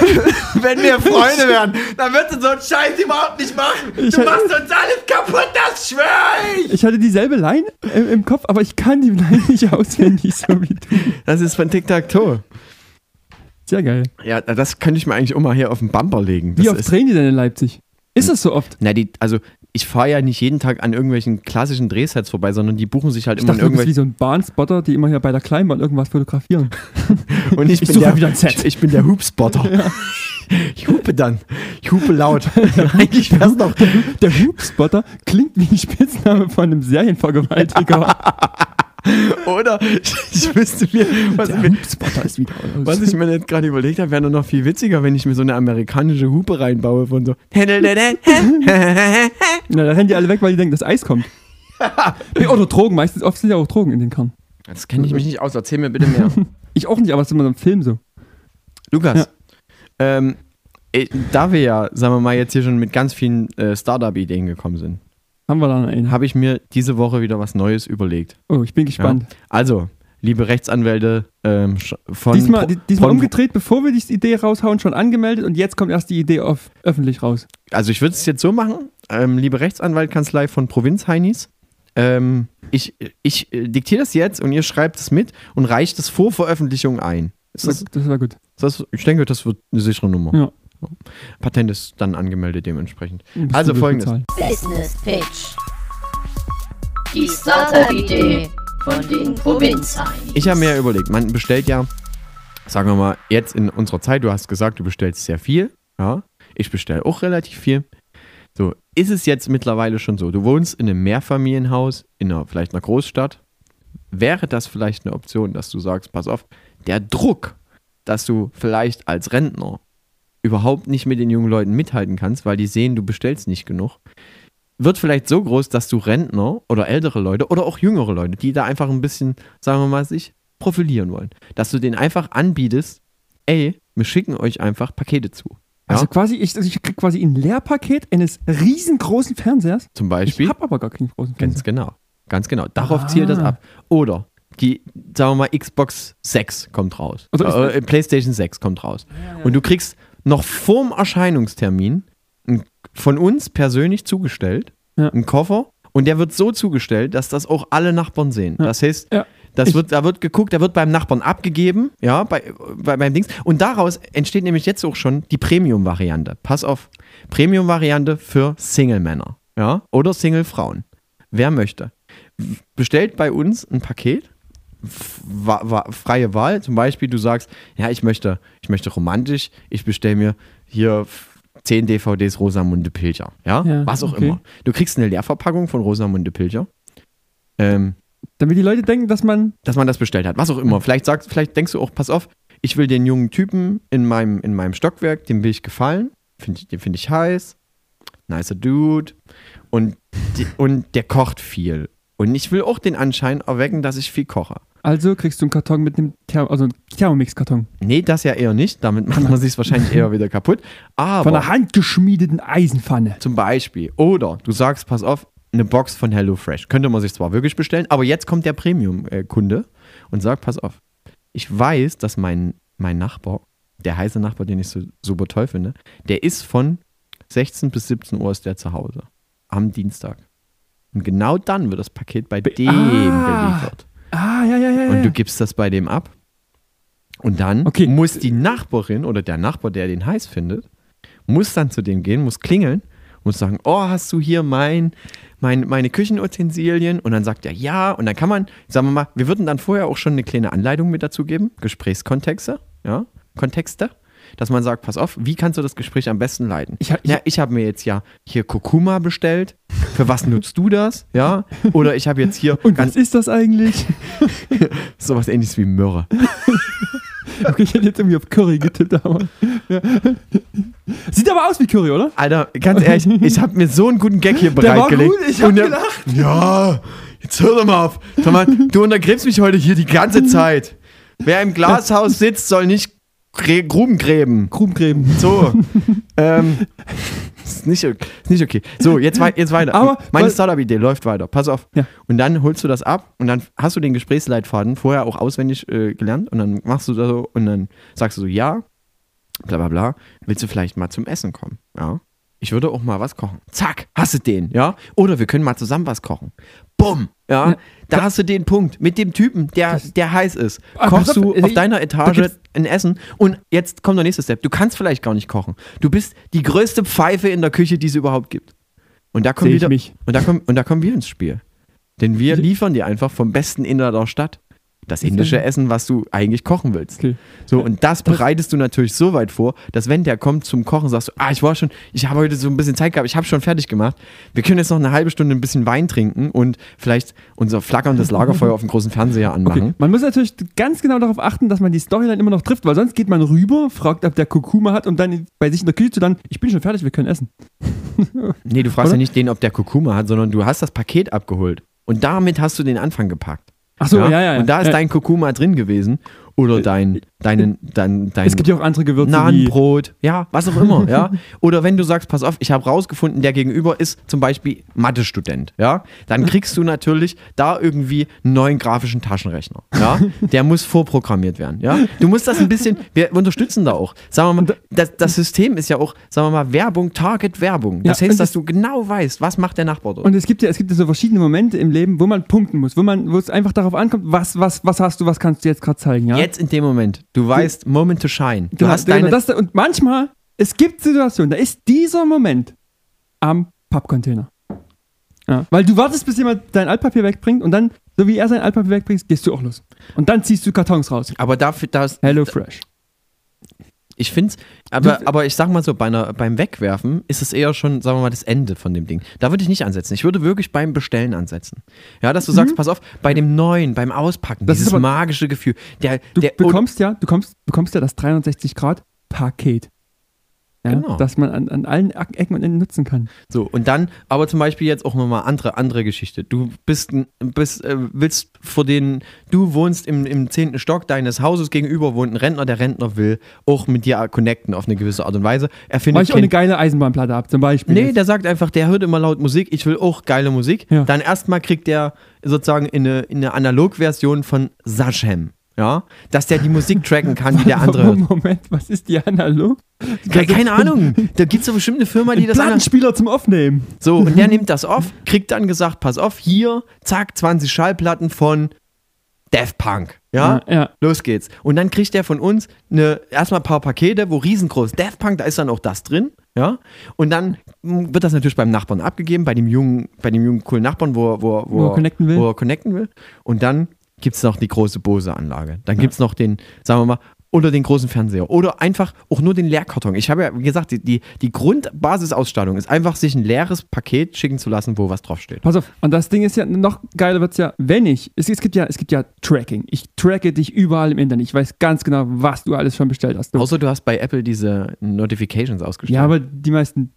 Speaker 1: Wenn wir Freunde wären, dann würdest du so einen Scheiß überhaupt nicht machen.
Speaker 2: Ich
Speaker 1: du
Speaker 2: hätte-
Speaker 1: machst uns alles kaputt, das schwör ich.
Speaker 2: ich hatte dieselbe Line im, im Kopf, aber ich kann die Line nicht auswendig, so wie du.
Speaker 1: Das ist von Tic-Tac-Toe.
Speaker 2: Sehr geil.
Speaker 1: Ja, na, das könnte ich mir eigentlich auch mal hier auf den Bumper legen. Das
Speaker 2: Wie oft
Speaker 1: ist,
Speaker 2: drehen die denn in Leipzig? Ist das so oft?
Speaker 1: na, die, also ich fahre ja nicht jeden Tag an irgendwelchen klassischen Drehsets vorbei, sondern die buchen sich halt
Speaker 2: Ich
Speaker 1: immer in
Speaker 2: dachte, du bist wie
Speaker 1: irgendwelchen.
Speaker 2: so ein Bahnspotter, die immer hier bei der Kleinbahn irgendwas fotografieren.
Speaker 1: Und ich,
Speaker 2: Ich
Speaker 1: bin
Speaker 2: suche
Speaker 1: der,
Speaker 2: wieder ein Set.
Speaker 1: Ich, ich bin der Hoopspotter. Ich hupe dann. Ich hupe laut. eigentlich wär's noch.
Speaker 2: Der Hubspotter klingt wie ein Spitzname von einem Serienvergewaltiger.
Speaker 1: Oder ich, ich wüsste mir, was
Speaker 2: Der
Speaker 1: mir
Speaker 2: Hubspotter ist wieder aus.
Speaker 1: Was ich mir jetzt gerade überlegt habe, wäre nur noch viel witziger, wenn ich mir so eine amerikanische Hupe reinbaue von so.
Speaker 2: Na, da rennen die alle weg, weil die denken, dass Eis kommt. Oder Drogen, meistens oft sind ja auch Drogen in den Kernen.
Speaker 1: Das kenne ich mich nicht aus, erzähl mir bitte mehr.
Speaker 2: Ich auch nicht, aber das ist immer so im Film so.
Speaker 1: Lukas,
Speaker 2: Ja.
Speaker 1: ähm, äh, da wir ja, sagen wir mal, jetzt hier schon mit ganz vielen äh, Startup-Ideen gekommen sind,
Speaker 2: Haben wir da noch einen?
Speaker 1: habe ich mir diese Woche wieder was Neues überlegt.
Speaker 2: Oh, ich bin
Speaker 1: Ja?
Speaker 2: gespannt.
Speaker 1: Also, liebe Rechtsanwälte ähm, sch- von.
Speaker 2: Diesmal, di- diesmal
Speaker 1: von-
Speaker 2: umgedreht, bevor wir die Idee raushauen, schon angemeldet und jetzt kommt erst die Idee auf, öffentlich raus.
Speaker 1: Also ich würde es jetzt so machen, ähm, liebe Rechtsanwaltkanzlei von Provinz Heinis, ähm, ich, ich äh, diktiere das jetzt und ihr schreibt es mit und reicht es vor Veröffentlichung ein. Ist das,
Speaker 2: Das, das war gut.
Speaker 1: das, ich denke, das wird eine sichere Nummer.
Speaker 2: Ja.
Speaker 1: Patent ist dann angemeldet dementsprechend.
Speaker 2: Bist
Speaker 1: Also
Speaker 2: du
Speaker 1: folgendes.
Speaker 2: bezahlt.
Speaker 3: Business Pitch. Die Startup-Idee von den Provinzheim.
Speaker 1: Ich habe mir ja überlegt, man bestellt ja, sagen wir mal, jetzt in unserer Zeit, du hast gesagt, du bestellst sehr viel. Ja, ich bestelle auch relativ viel. So, ist es jetzt mittlerweile schon so, du wohnst in einem Mehrfamilienhaus, in einer, vielleicht einer Großstadt. Wäre das vielleicht eine Option, dass du sagst, pass auf, der Druck, dass du vielleicht als Rentner überhaupt nicht mit den jungen Leuten mithalten kannst, weil die sehen, du bestellst nicht genug, wird vielleicht so groß, dass du Rentner oder ältere Leute oder auch jüngere Leute, die da einfach ein bisschen, sagen wir mal, sich profilieren wollen, dass du denen einfach anbietest, ey, wir schicken euch einfach Pakete zu. Ja,
Speaker 2: Also quasi, ich, also ich krieg quasi ein Leerpaket eines riesengroßen Fernsehers.
Speaker 1: zum
Speaker 2: Ich
Speaker 1: Beispiel.
Speaker 2: habe aber gar keinen großen Fernseher.
Speaker 1: Ganz genau. Ganz genau. Darauf
Speaker 2: Ah.
Speaker 1: zielt das ab. Oder die, sagen wir mal, Xbox 6 kommt raus.
Speaker 2: Also ist-
Speaker 1: äh, äh, PlayStation 6 kommt raus. Und du kriegst noch vorm Erscheinungstermin ein- von uns persönlich zugestellt
Speaker 2: Ja.
Speaker 1: einen Koffer. Und der wird so zugestellt, dass das auch alle Nachbarn sehen. Das heißt,
Speaker 2: Ja.
Speaker 1: das
Speaker 2: Ich-
Speaker 1: wird, da wird geguckt, da wird beim Nachbarn abgegeben, ja, bei, bei, beim Dings. Und daraus entsteht nämlich jetzt auch schon die Premium-Variante. Pass auf. Premium-Variante für Single-Männer, ja, oder Single-Frauen. Wer möchte. Bestellt bei uns ein Paket, f- wa wa freie Wahl. Zum Beispiel, du sagst, ja, ich möchte, ich möchte romantisch, ich bestelle mir hier f- 10 DVDs Rosamunde Pilcher. Ja,
Speaker 2: Ja,
Speaker 1: was auch
Speaker 2: okay.
Speaker 1: immer. Du kriegst eine Leerverpackung von Rosamunde Pilcher. Ähm,
Speaker 2: Damit die Leute denken, dass man
Speaker 1: dass man das bestellt hat, was auch immer. Vielleicht sagst, vielleicht denkst du auch, pass auf, ich will den jungen Typen in meinem, in meinem Stockwerk, dem will ich gefallen, find, ich- den finde ich heiß, nicer Dude und, die- und der kocht viel. Und ich will auch den Anschein erwecken, dass ich viel koche.
Speaker 2: Also kriegst du einen Karton mit einem Therm also einen Thermomix-Karton.
Speaker 1: Nee, das ja eher nicht, damit macht man sich wahrscheinlich eher wieder kaputt.
Speaker 2: Von
Speaker 1: Aber
Speaker 2: einer handgeschmiedeten Eisenpfanne.
Speaker 1: zum Beispiel, oder du sagst, pass auf, eine Box von HelloFresh. Könnte man sich zwar wirklich bestellen, aber jetzt kommt der Premium-Kunde und sagt, pass auf, ich weiß, dass mein, mein Nachbar der heiße Nachbar, den ich so super toll finde, der ist von 16 bis 17 Uhr ist der zu Hause. Am Dienstag. Und genau dann wird das Paket bei dem
Speaker 2: Ah.
Speaker 1: geliefert.
Speaker 2: Ah, ja, ja, ja.
Speaker 1: Und
Speaker 2: ja.
Speaker 1: du gibst das bei dem ab. Und dann
Speaker 2: Okay.
Speaker 1: muss die Nachbarin oder der Nachbar, der den heiß findet, muss dann zu dem gehen, muss klingeln und sagen, oh, hast du hier mein, mein, meine Küchenutensilien? Und dann sagt er ja. Und dann kann man, sagen wir mal, wir würden dann vorher auch schon eine kleine Anleitung mit dazu geben, Gesprächskontexte, ja, Kontexte, dass man sagt, pass auf, wie kannst du das Gespräch am besten leiten?
Speaker 2: Ich ha- ich-
Speaker 1: ja, ich habe mir jetzt ja hier Kurkuma bestellt. Für was nutzt du das? Ja. Oder ich habe jetzt hier
Speaker 2: Und was ist das eigentlich?
Speaker 1: sowas ähnliches wie Myrrhe.
Speaker 2: okay, ich hätte jetzt irgendwie auf Curry getippt, aber. Ja. Sieht aber aus wie Curry, oder?
Speaker 1: Alter, ganz ehrlich, ich habe mir so einen guten Gag hier
Speaker 2: Der war
Speaker 1: bereitgelegt.
Speaker 2: gut, ich hab
Speaker 1: Und der-
Speaker 2: gelacht.
Speaker 1: Ja, jetzt hör doch mal auf. Sag mal, du untergräbst mich heute hier die ganze Zeit. Wer im Glashaus sitzt, soll nicht grä- Gruben gräben.
Speaker 2: Krumgräben.
Speaker 1: So. ähm, ist, nicht, ok- ist nicht okay. So, jetzt, wei jetzt weiter.
Speaker 2: Aber-
Speaker 1: Meine
Speaker 2: weil-
Speaker 1: Startup-Idee läuft weiter. Pass auf.
Speaker 2: Ja.
Speaker 1: Und dann holst du das ab und dann hast du den Gesprächsleitfaden vorher auch auswendig äh, gelernt und dann machst du das so und dann sagst du so, ja, bla bla bla, willst du vielleicht mal zum Essen kommen? Ja. Ich würde auch mal was kochen. Zack, hast du den, ja? Oder wir können mal zusammen was kochen. Bumm, ja?
Speaker 2: Ja.
Speaker 1: Da hast du den Punkt mit dem Typen, der, der heiß ist.
Speaker 2: Ah, pass
Speaker 1: Kochst
Speaker 2: auf,
Speaker 1: du
Speaker 2: äh,
Speaker 1: auf deiner Etage
Speaker 2: gibt's-
Speaker 1: ein Essen und jetzt kommt der nächste Step. Du kannst vielleicht gar nicht kochen. Du bist die größte Pfeife in der Küche, die es überhaupt gibt. Und da kommen
Speaker 2: Seh ich
Speaker 1: wieder
Speaker 2: mich.
Speaker 1: und da kommen und da kommen wir ins Spiel. Denn wir liefern dir einfach vom besten Inder der Stadt das indische Essen, was du eigentlich kochen willst.
Speaker 2: Okay.
Speaker 1: So, und das bereitest du natürlich so weit vor, dass wenn der kommt zum Kochen, sagst du, ah, ich war schon, ich habe heute so ein bisschen Zeit gehabt, ich habe schon fertig gemacht. Wir können jetzt noch eine halbe Stunde ein bisschen Wein trinken und vielleicht unser flackerndes Lagerfeuer auf dem großen Fernseher anmachen.
Speaker 2: Okay. Man muss natürlich ganz genau darauf achten, dass man die Storyline immer noch trifft, weil sonst geht man rüber, fragt, ob der Kurkuma hat, um dann bei sich in der Küche zu landen. Ich bin schon fertig, wir können essen.
Speaker 1: Nee, du fragst
Speaker 2: Oder?
Speaker 1: ja nicht den, ob der Kurkuma hat, sondern du hast das Paket abgeholt. Und damit hast du den Anfang gepackt.
Speaker 2: Achso, ja, ja, ja.
Speaker 1: Und da ist
Speaker 2: ja. Äh,
Speaker 1: dein Kurkuma drin gewesen. Oder dein, deinen, dein, dein
Speaker 2: Es gibt ja auch andere Gewürze wie
Speaker 1: Nahenbrot. Ja, was auch immer, ja. Oder wenn du sagst, pass auf, ich habe rausgefunden, der gegenüber ist zum Beispiel Mathe-Student, ja. Dann kriegst du natürlich da irgendwie einen neuen grafischen Taschenrechner, ja. Der muss vorprogrammiert werden, ja. Du musst das ein bisschen, wir unterstützen da auch. Sagen wir mal, das, das System ist ja auch, sagen wir mal, Werbung, Target-Werbung. Das
Speaker 2: Ja,
Speaker 1: heißt,
Speaker 2: und
Speaker 1: dass du genau weißt, was macht der Nachbar dort.
Speaker 2: Und es gibt ja, es gibt ja so verschiedene Momente im Leben, wo man punkten muss, wo man, wo es einfach darauf ankommt, was, was, was hast du, was kannst du jetzt gerade zeigen, ja?
Speaker 1: Jetzt in dem Moment, du weißt, Moment to shine. Du
Speaker 2: genau,
Speaker 1: hast
Speaker 2: genau,
Speaker 1: deine
Speaker 2: das, und manchmal, es gibt Situationen, da ist dieser Moment am Pappcontainer. Ja. Weil du wartest, bis jemand dein Altpapier wegbringt und dann, so wie er sein Altpapier wegbringt, gehst du auch los. Und dann ziehst du Kartons raus.
Speaker 1: aber dafür, das,
Speaker 2: Hello Fresh.
Speaker 1: Ich finde es, aber,
Speaker 2: Du-
Speaker 1: aber ich sag mal so, bei einer, beim Wegwerfen ist es eher schon, sagen wir mal, das Ende von dem Ding. Da würde ich nicht ansetzen. Ich würde wirklich beim Bestellen ansetzen. Ja, dass du sagst, pass auf, bei dem Neuen, beim Auspacken,
Speaker 2: Mhm. Das ist
Speaker 1: dieses
Speaker 2: aber-
Speaker 1: magische Gefühl. Der,
Speaker 2: Du
Speaker 1: der,
Speaker 2: bekommst ja, du kommst, bekommst ja das 360 Grad Paket. Ja,
Speaker 1: Genau.
Speaker 2: Das man an, an allen Ak- Ecken und Enden nutzen kann.
Speaker 1: So, und dann, aber zum Beispiel jetzt auch nochmal andere, andere Geschichte. Du bist, ein- bist äh, willst vor den, du wohnst im, im 10. Stock deines Hauses, gegenüber wohnt ein Rentner, der Rentner will auch mit dir connecten auf eine gewisse Art und Weise. Er
Speaker 2: Mach
Speaker 1: findet
Speaker 2: ich auch eine geile Eisenbahnplatte ab, zum Beispiel.
Speaker 1: Nee, der sagt einfach, der hört immer laut Musik, ich will auch geile Musik.
Speaker 2: Ja.
Speaker 1: Dann erstmal kriegt der sozusagen in eine, in eine Analogversion von Sachem. Ja, dass der die Musik tracken kann, die der andere hört.
Speaker 2: Moment, was ist die analog?
Speaker 1: Keine, keine Ahnung. Da gibt es doch bestimmt eine Firma, die das an-
Speaker 2: Plattenspieler zum Aufnehmen.
Speaker 1: So, und
Speaker 2: Mhm.
Speaker 1: der nimmt das auf, kriegt dann gesagt, pass auf, hier, zack, 20 Schallplatten von Death Punk. Ja?
Speaker 2: Ja, ja.
Speaker 1: Los geht's. Und dann kriegt der von uns eine, erstmal ein paar Pakete, wo riesengroß Death Punk, da ist dann auch das drin. Ja? Und dann mm, wird das natürlich beim Nachbarn abgegeben, bei dem jungen, bei dem jungen coolen Nachbarn, wo, er- wo, er-
Speaker 2: Wo er connecten will.
Speaker 1: Wo er connecten will. Und dann gibt's noch die große Bose-Anlage. Dann gibt's noch den, sagen wir mal, oder den großen Fernseher. Oder einfach auch nur den Leerkarton. Ich habe ja wie gesagt, die, die, die Grundbasisausstattung ist einfach, sich ein leeres Paket schicken zu lassen, wo was draufsteht.
Speaker 2: Pass auf, und das Ding ist ja, noch geiler wird es ja, wenn ich, es, es, gibt ja, es gibt ja Tracking. Ich tracke dich überall im Internet. Ich weiß ganz genau, was du alles schon bestellt hast.
Speaker 1: Außer du hast bei Apple diese Notifications ausgestellt.
Speaker 2: ja, aber die meisten,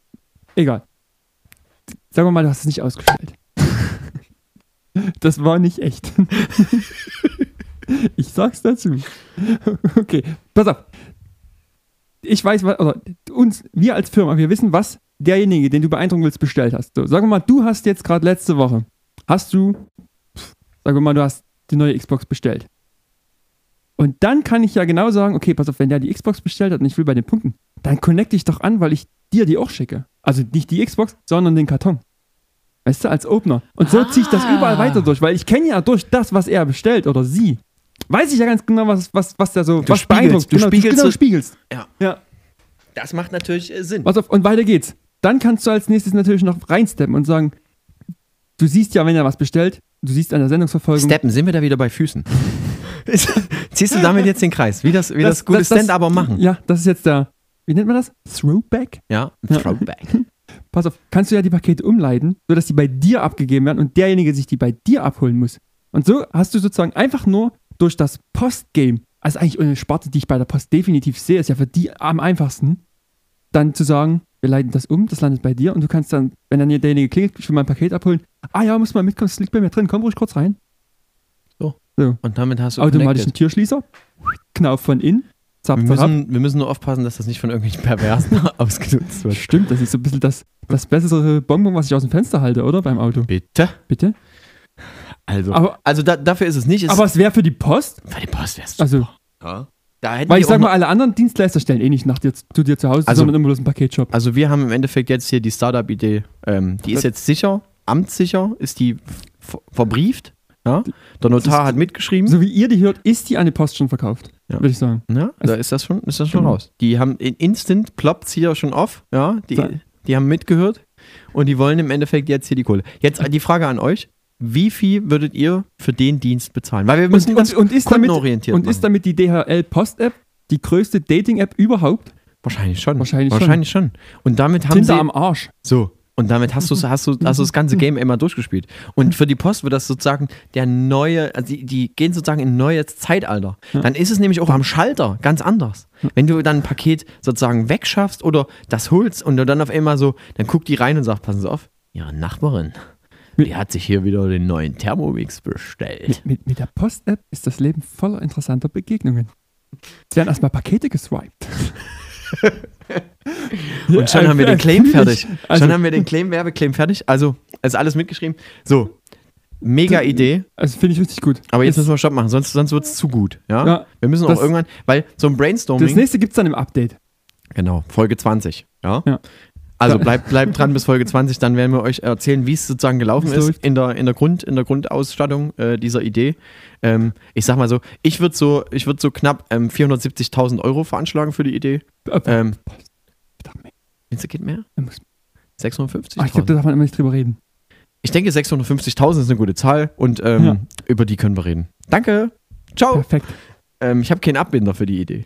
Speaker 2: egal. Sagen wir mal, du hast es nicht ausgestellt. das war nicht echt. ich sag's dazu. Okay, pass auf. Ich weiß, was, oder uns, wir als Firma, wir wissen, was derjenige, den du beeindrucken willst, bestellt hast. So, sagen wir mal, du hast jetzt gerade letzte Woche, hast du, pff, sagen wir mal, du hast die neue Xbox bestellt. Und dann kann ich ja genau sagen, okay, pass auf, wenn der die Xbox bestellt hat und ich will bei den Punkten, dann connecte ich doch an, weil ich dir die auch schicke. Also nicht die Xbox, sondern den Karton. Weißt du, als Opener. Und so ziehe ich das
Speaker 1: Ah.
Speaker 2: überall weiter durch, weil ich kenne ja durch das, was er bestellt oder sie, weiß ich ja ganz genau, was, was, was der so
Speaker 1: Du
Speaker 2: was
Speaker 1: spiegelst,
Speaker 2: beeindruckt.
Speaker 1: du
Speaker 2: genau,
Speaker 1: spiegelst
Speaker 2: genau,
Speaker 1: so-
Speaker 2: du spiegelst.
Speaker 1: Ja.
Speaker 2: ja.
Speaker 1: Das macht natürlich äh, Sinn.
Speaker 2: Pass auf, und weiter geht's. Dann kannst du als nächstes natürlich noch reinsteppen und sagen, du siehst ja, wenn er was bestellt, du siehst an der Sendungsverfolgung,
Speaker 1: Steppen, sind wir da wieder bei Füßen. Ziehst du damit jetzt den Kreis, wie das, wie das, gute Stand-Aber machen.
Speaker 2: Ja, das ist jetzt der, wie nennt man das? Throwback?
Speaker 1: Ja,
Speaker 2: Ja.
Speaker 1: Throwback.
Speaker 2: Pass auf, kannst du ja die Pakete umleiten, sodass die bei dir abgegeben werden und derjenige sich die bei dir abholen muss. Und so hast du sozusagen einfach nur durch das Postgame, also eigentlich eine Sparte, die ich bei der Post definitiv sehe, ist ja für die am einfachsten, dann zu sagen, wir leiten das um, das landet bei dir und du kannst dann, wenn dann derjenige klingelt, ich will mein Paket abholen, ah ja, muss mal mitkommen, das liegt bei mir drin, komm ruhig kurz rein.
Speaker 1: Und damit hast du
Speaker 2: Automatisch ein
Speaker 1: connected.
Speaker 2: Türschließer, Knauf von innen, zapp,
Speaker 1: Wir
Speaker 2: zapp, zapp.
Speaker 1: müssen, wir müssen nur aufpassen, dass das nicht von irgendwelchen Perversen ausgenutzt wird.
Speaker 2: Stimmt, das ist so ein bisschen das, das bessere Bonbon, was ich aus dem Fenster halte, oder? Beim Auto.
Speaker 1: Bitte?
Speaker 2: Bitte?
Speaker 1: Also,
Speaker 2: Aber-
Speaker 1: also da, dafür ist es nicht. Es
Speaker 2: Aber es wäre für die Post,
Speaker 1: für die Post wär's.
Speaker 2: also
Speaker 1: ja. da hätten
Speaker 2: Weil
Speaker 1: die
Speaker 2: ich
Speaker 1: auch
Speaker 2: sag
Speaker 1: noch-
Speaker 2: mal, alle anderen Dienstleister stellen eh nicht nach dir, zu dir zu Hause,
Speaker 1: Also-
Speaker 2: sondern immer bloß einen Paketshop.
Speaker 1: Also wir haben im Endeffekt jetzt hier die Startup-Idee, ähm, die ist jetzt sicher, amtssicher, ist die v- verbrieft. Ja? Der Notar hat mitgeschrieben.
Speaker 2: So wie ihr die hört, ist die an die Post schon verkauft,
Speaker 1: Ähm. Ja.
Speaker 2: würde ich sagen.
Speaker 1: Ja, Ne? da ist das schon, ist das
Speaker 2: Genau.
Speaker 1: schon raus. Die haben in instant ploppt's hier schon off. Ja, die,
Speaker 2: Da.
Speaker 1: die haben mitgehört und die wollen im Endeffekt jetzt hier die Kohle. Jetzt die Frage an euch: Wie viel würdet ihr für den Dienst bezahlen? Weil wir müssen das
Speaker 2: und ist damit,
Speaker 1: kundenorientiert
Speaker 2: und ist damit die DHL Post App die größte Dating App überhaupt?
Speaker 1: wahrscheinlich schon.
Speaker 2: Wahrscheinlich schon.
Speaker 1: wahrscheinlich schon. Und damit haben
Speaker 2: Tinder
Speaker 1: sie
Speaker 2: am Arsch.
Speaker 1: so. Und damit hast du hast du hast du das ganze Game immer durchgespielt. Und für die Post wird das sozusagen der neue, also die, die gehen sozusagen in ein neues Zeitalter. Dann ist es nämlich auch am Schalter ganz anders. Wenn du dann ein Paket sozusagen wegschaffst oder das holst und du dann auf einmal so, dann guckt die rein und sagt, passen Sie auf, Ihre Nachbarin, die hat sich hier wieder den neuen Thermomix bestellt.
Speaker 2: Mit, mit, mit der Post App ist das Leben voller interessanter Begegnungen. Es werden erstmal Pakete geswiped.
Speaker 1: Und schon haben wir den Claim fertig.
Speaker 2: Also-
Speaker 1: Schon haben wir den Claim, Werbeclaim fertig. Also ist alles mitgeschrieben. So, mega Idee.
Speaker 2: Also finde ich richtig gut.
Speaker 1: Aber jetzt
Speaker 2: das,
Speaker 1: müssen wir Stopp machen, sonst, sonst wird es zu gut. Ja?
Speaker 2: Ja,
Speaker 1: wir müssen auch
Speaker 2: das-
Speaker 1: irgendwann, weil so ein
Speaker 2: das
Speaker 1: Brainstorming.
Speaker 2: nächste gibt es dann im Update.
Speaker 1: genau, Folge 20. Ja.
Speaker 2: Ja.
Speaker 1: Also
Speaker 2: Ja.
Speaker 1: bleibt bleib dran bis Folge 20, dann werden wir euch erzählen, wie es sozusagen gelaufen
Speaker 2: Wie's
Speaker 1: ist
Speaker 2: läuft.
Speaker 1: in der, in, der Grund, in der Grundausstattung äh, dieser Idee. Ähm, ich sag mal so, ich würde so, ich würd so knapp ähm, 470.000 Euro veranschlagen für die Idee.
Speaker 2: Äh,
Speaker 1: Ähm,
Speaker 2: Verdammt, ey.
Speaker 1: Meinst du, geht mehr?
Speaker 2: Da muss- Ah, ich glaube,
Speaker 1: 650.000?
Speaker 2: da darf man immer nicht drüber reden.
Speaker 1: Ich denke, 650.000 ist eine gute Zahl und ähm,
Speaker 2: Ja.
Speaker 1: über die können wir reden. Danke. Ciao.
Speaker 2: Perfekt.
Speaker 1: Ähm, ich habe keinen Abbinder für die Idee.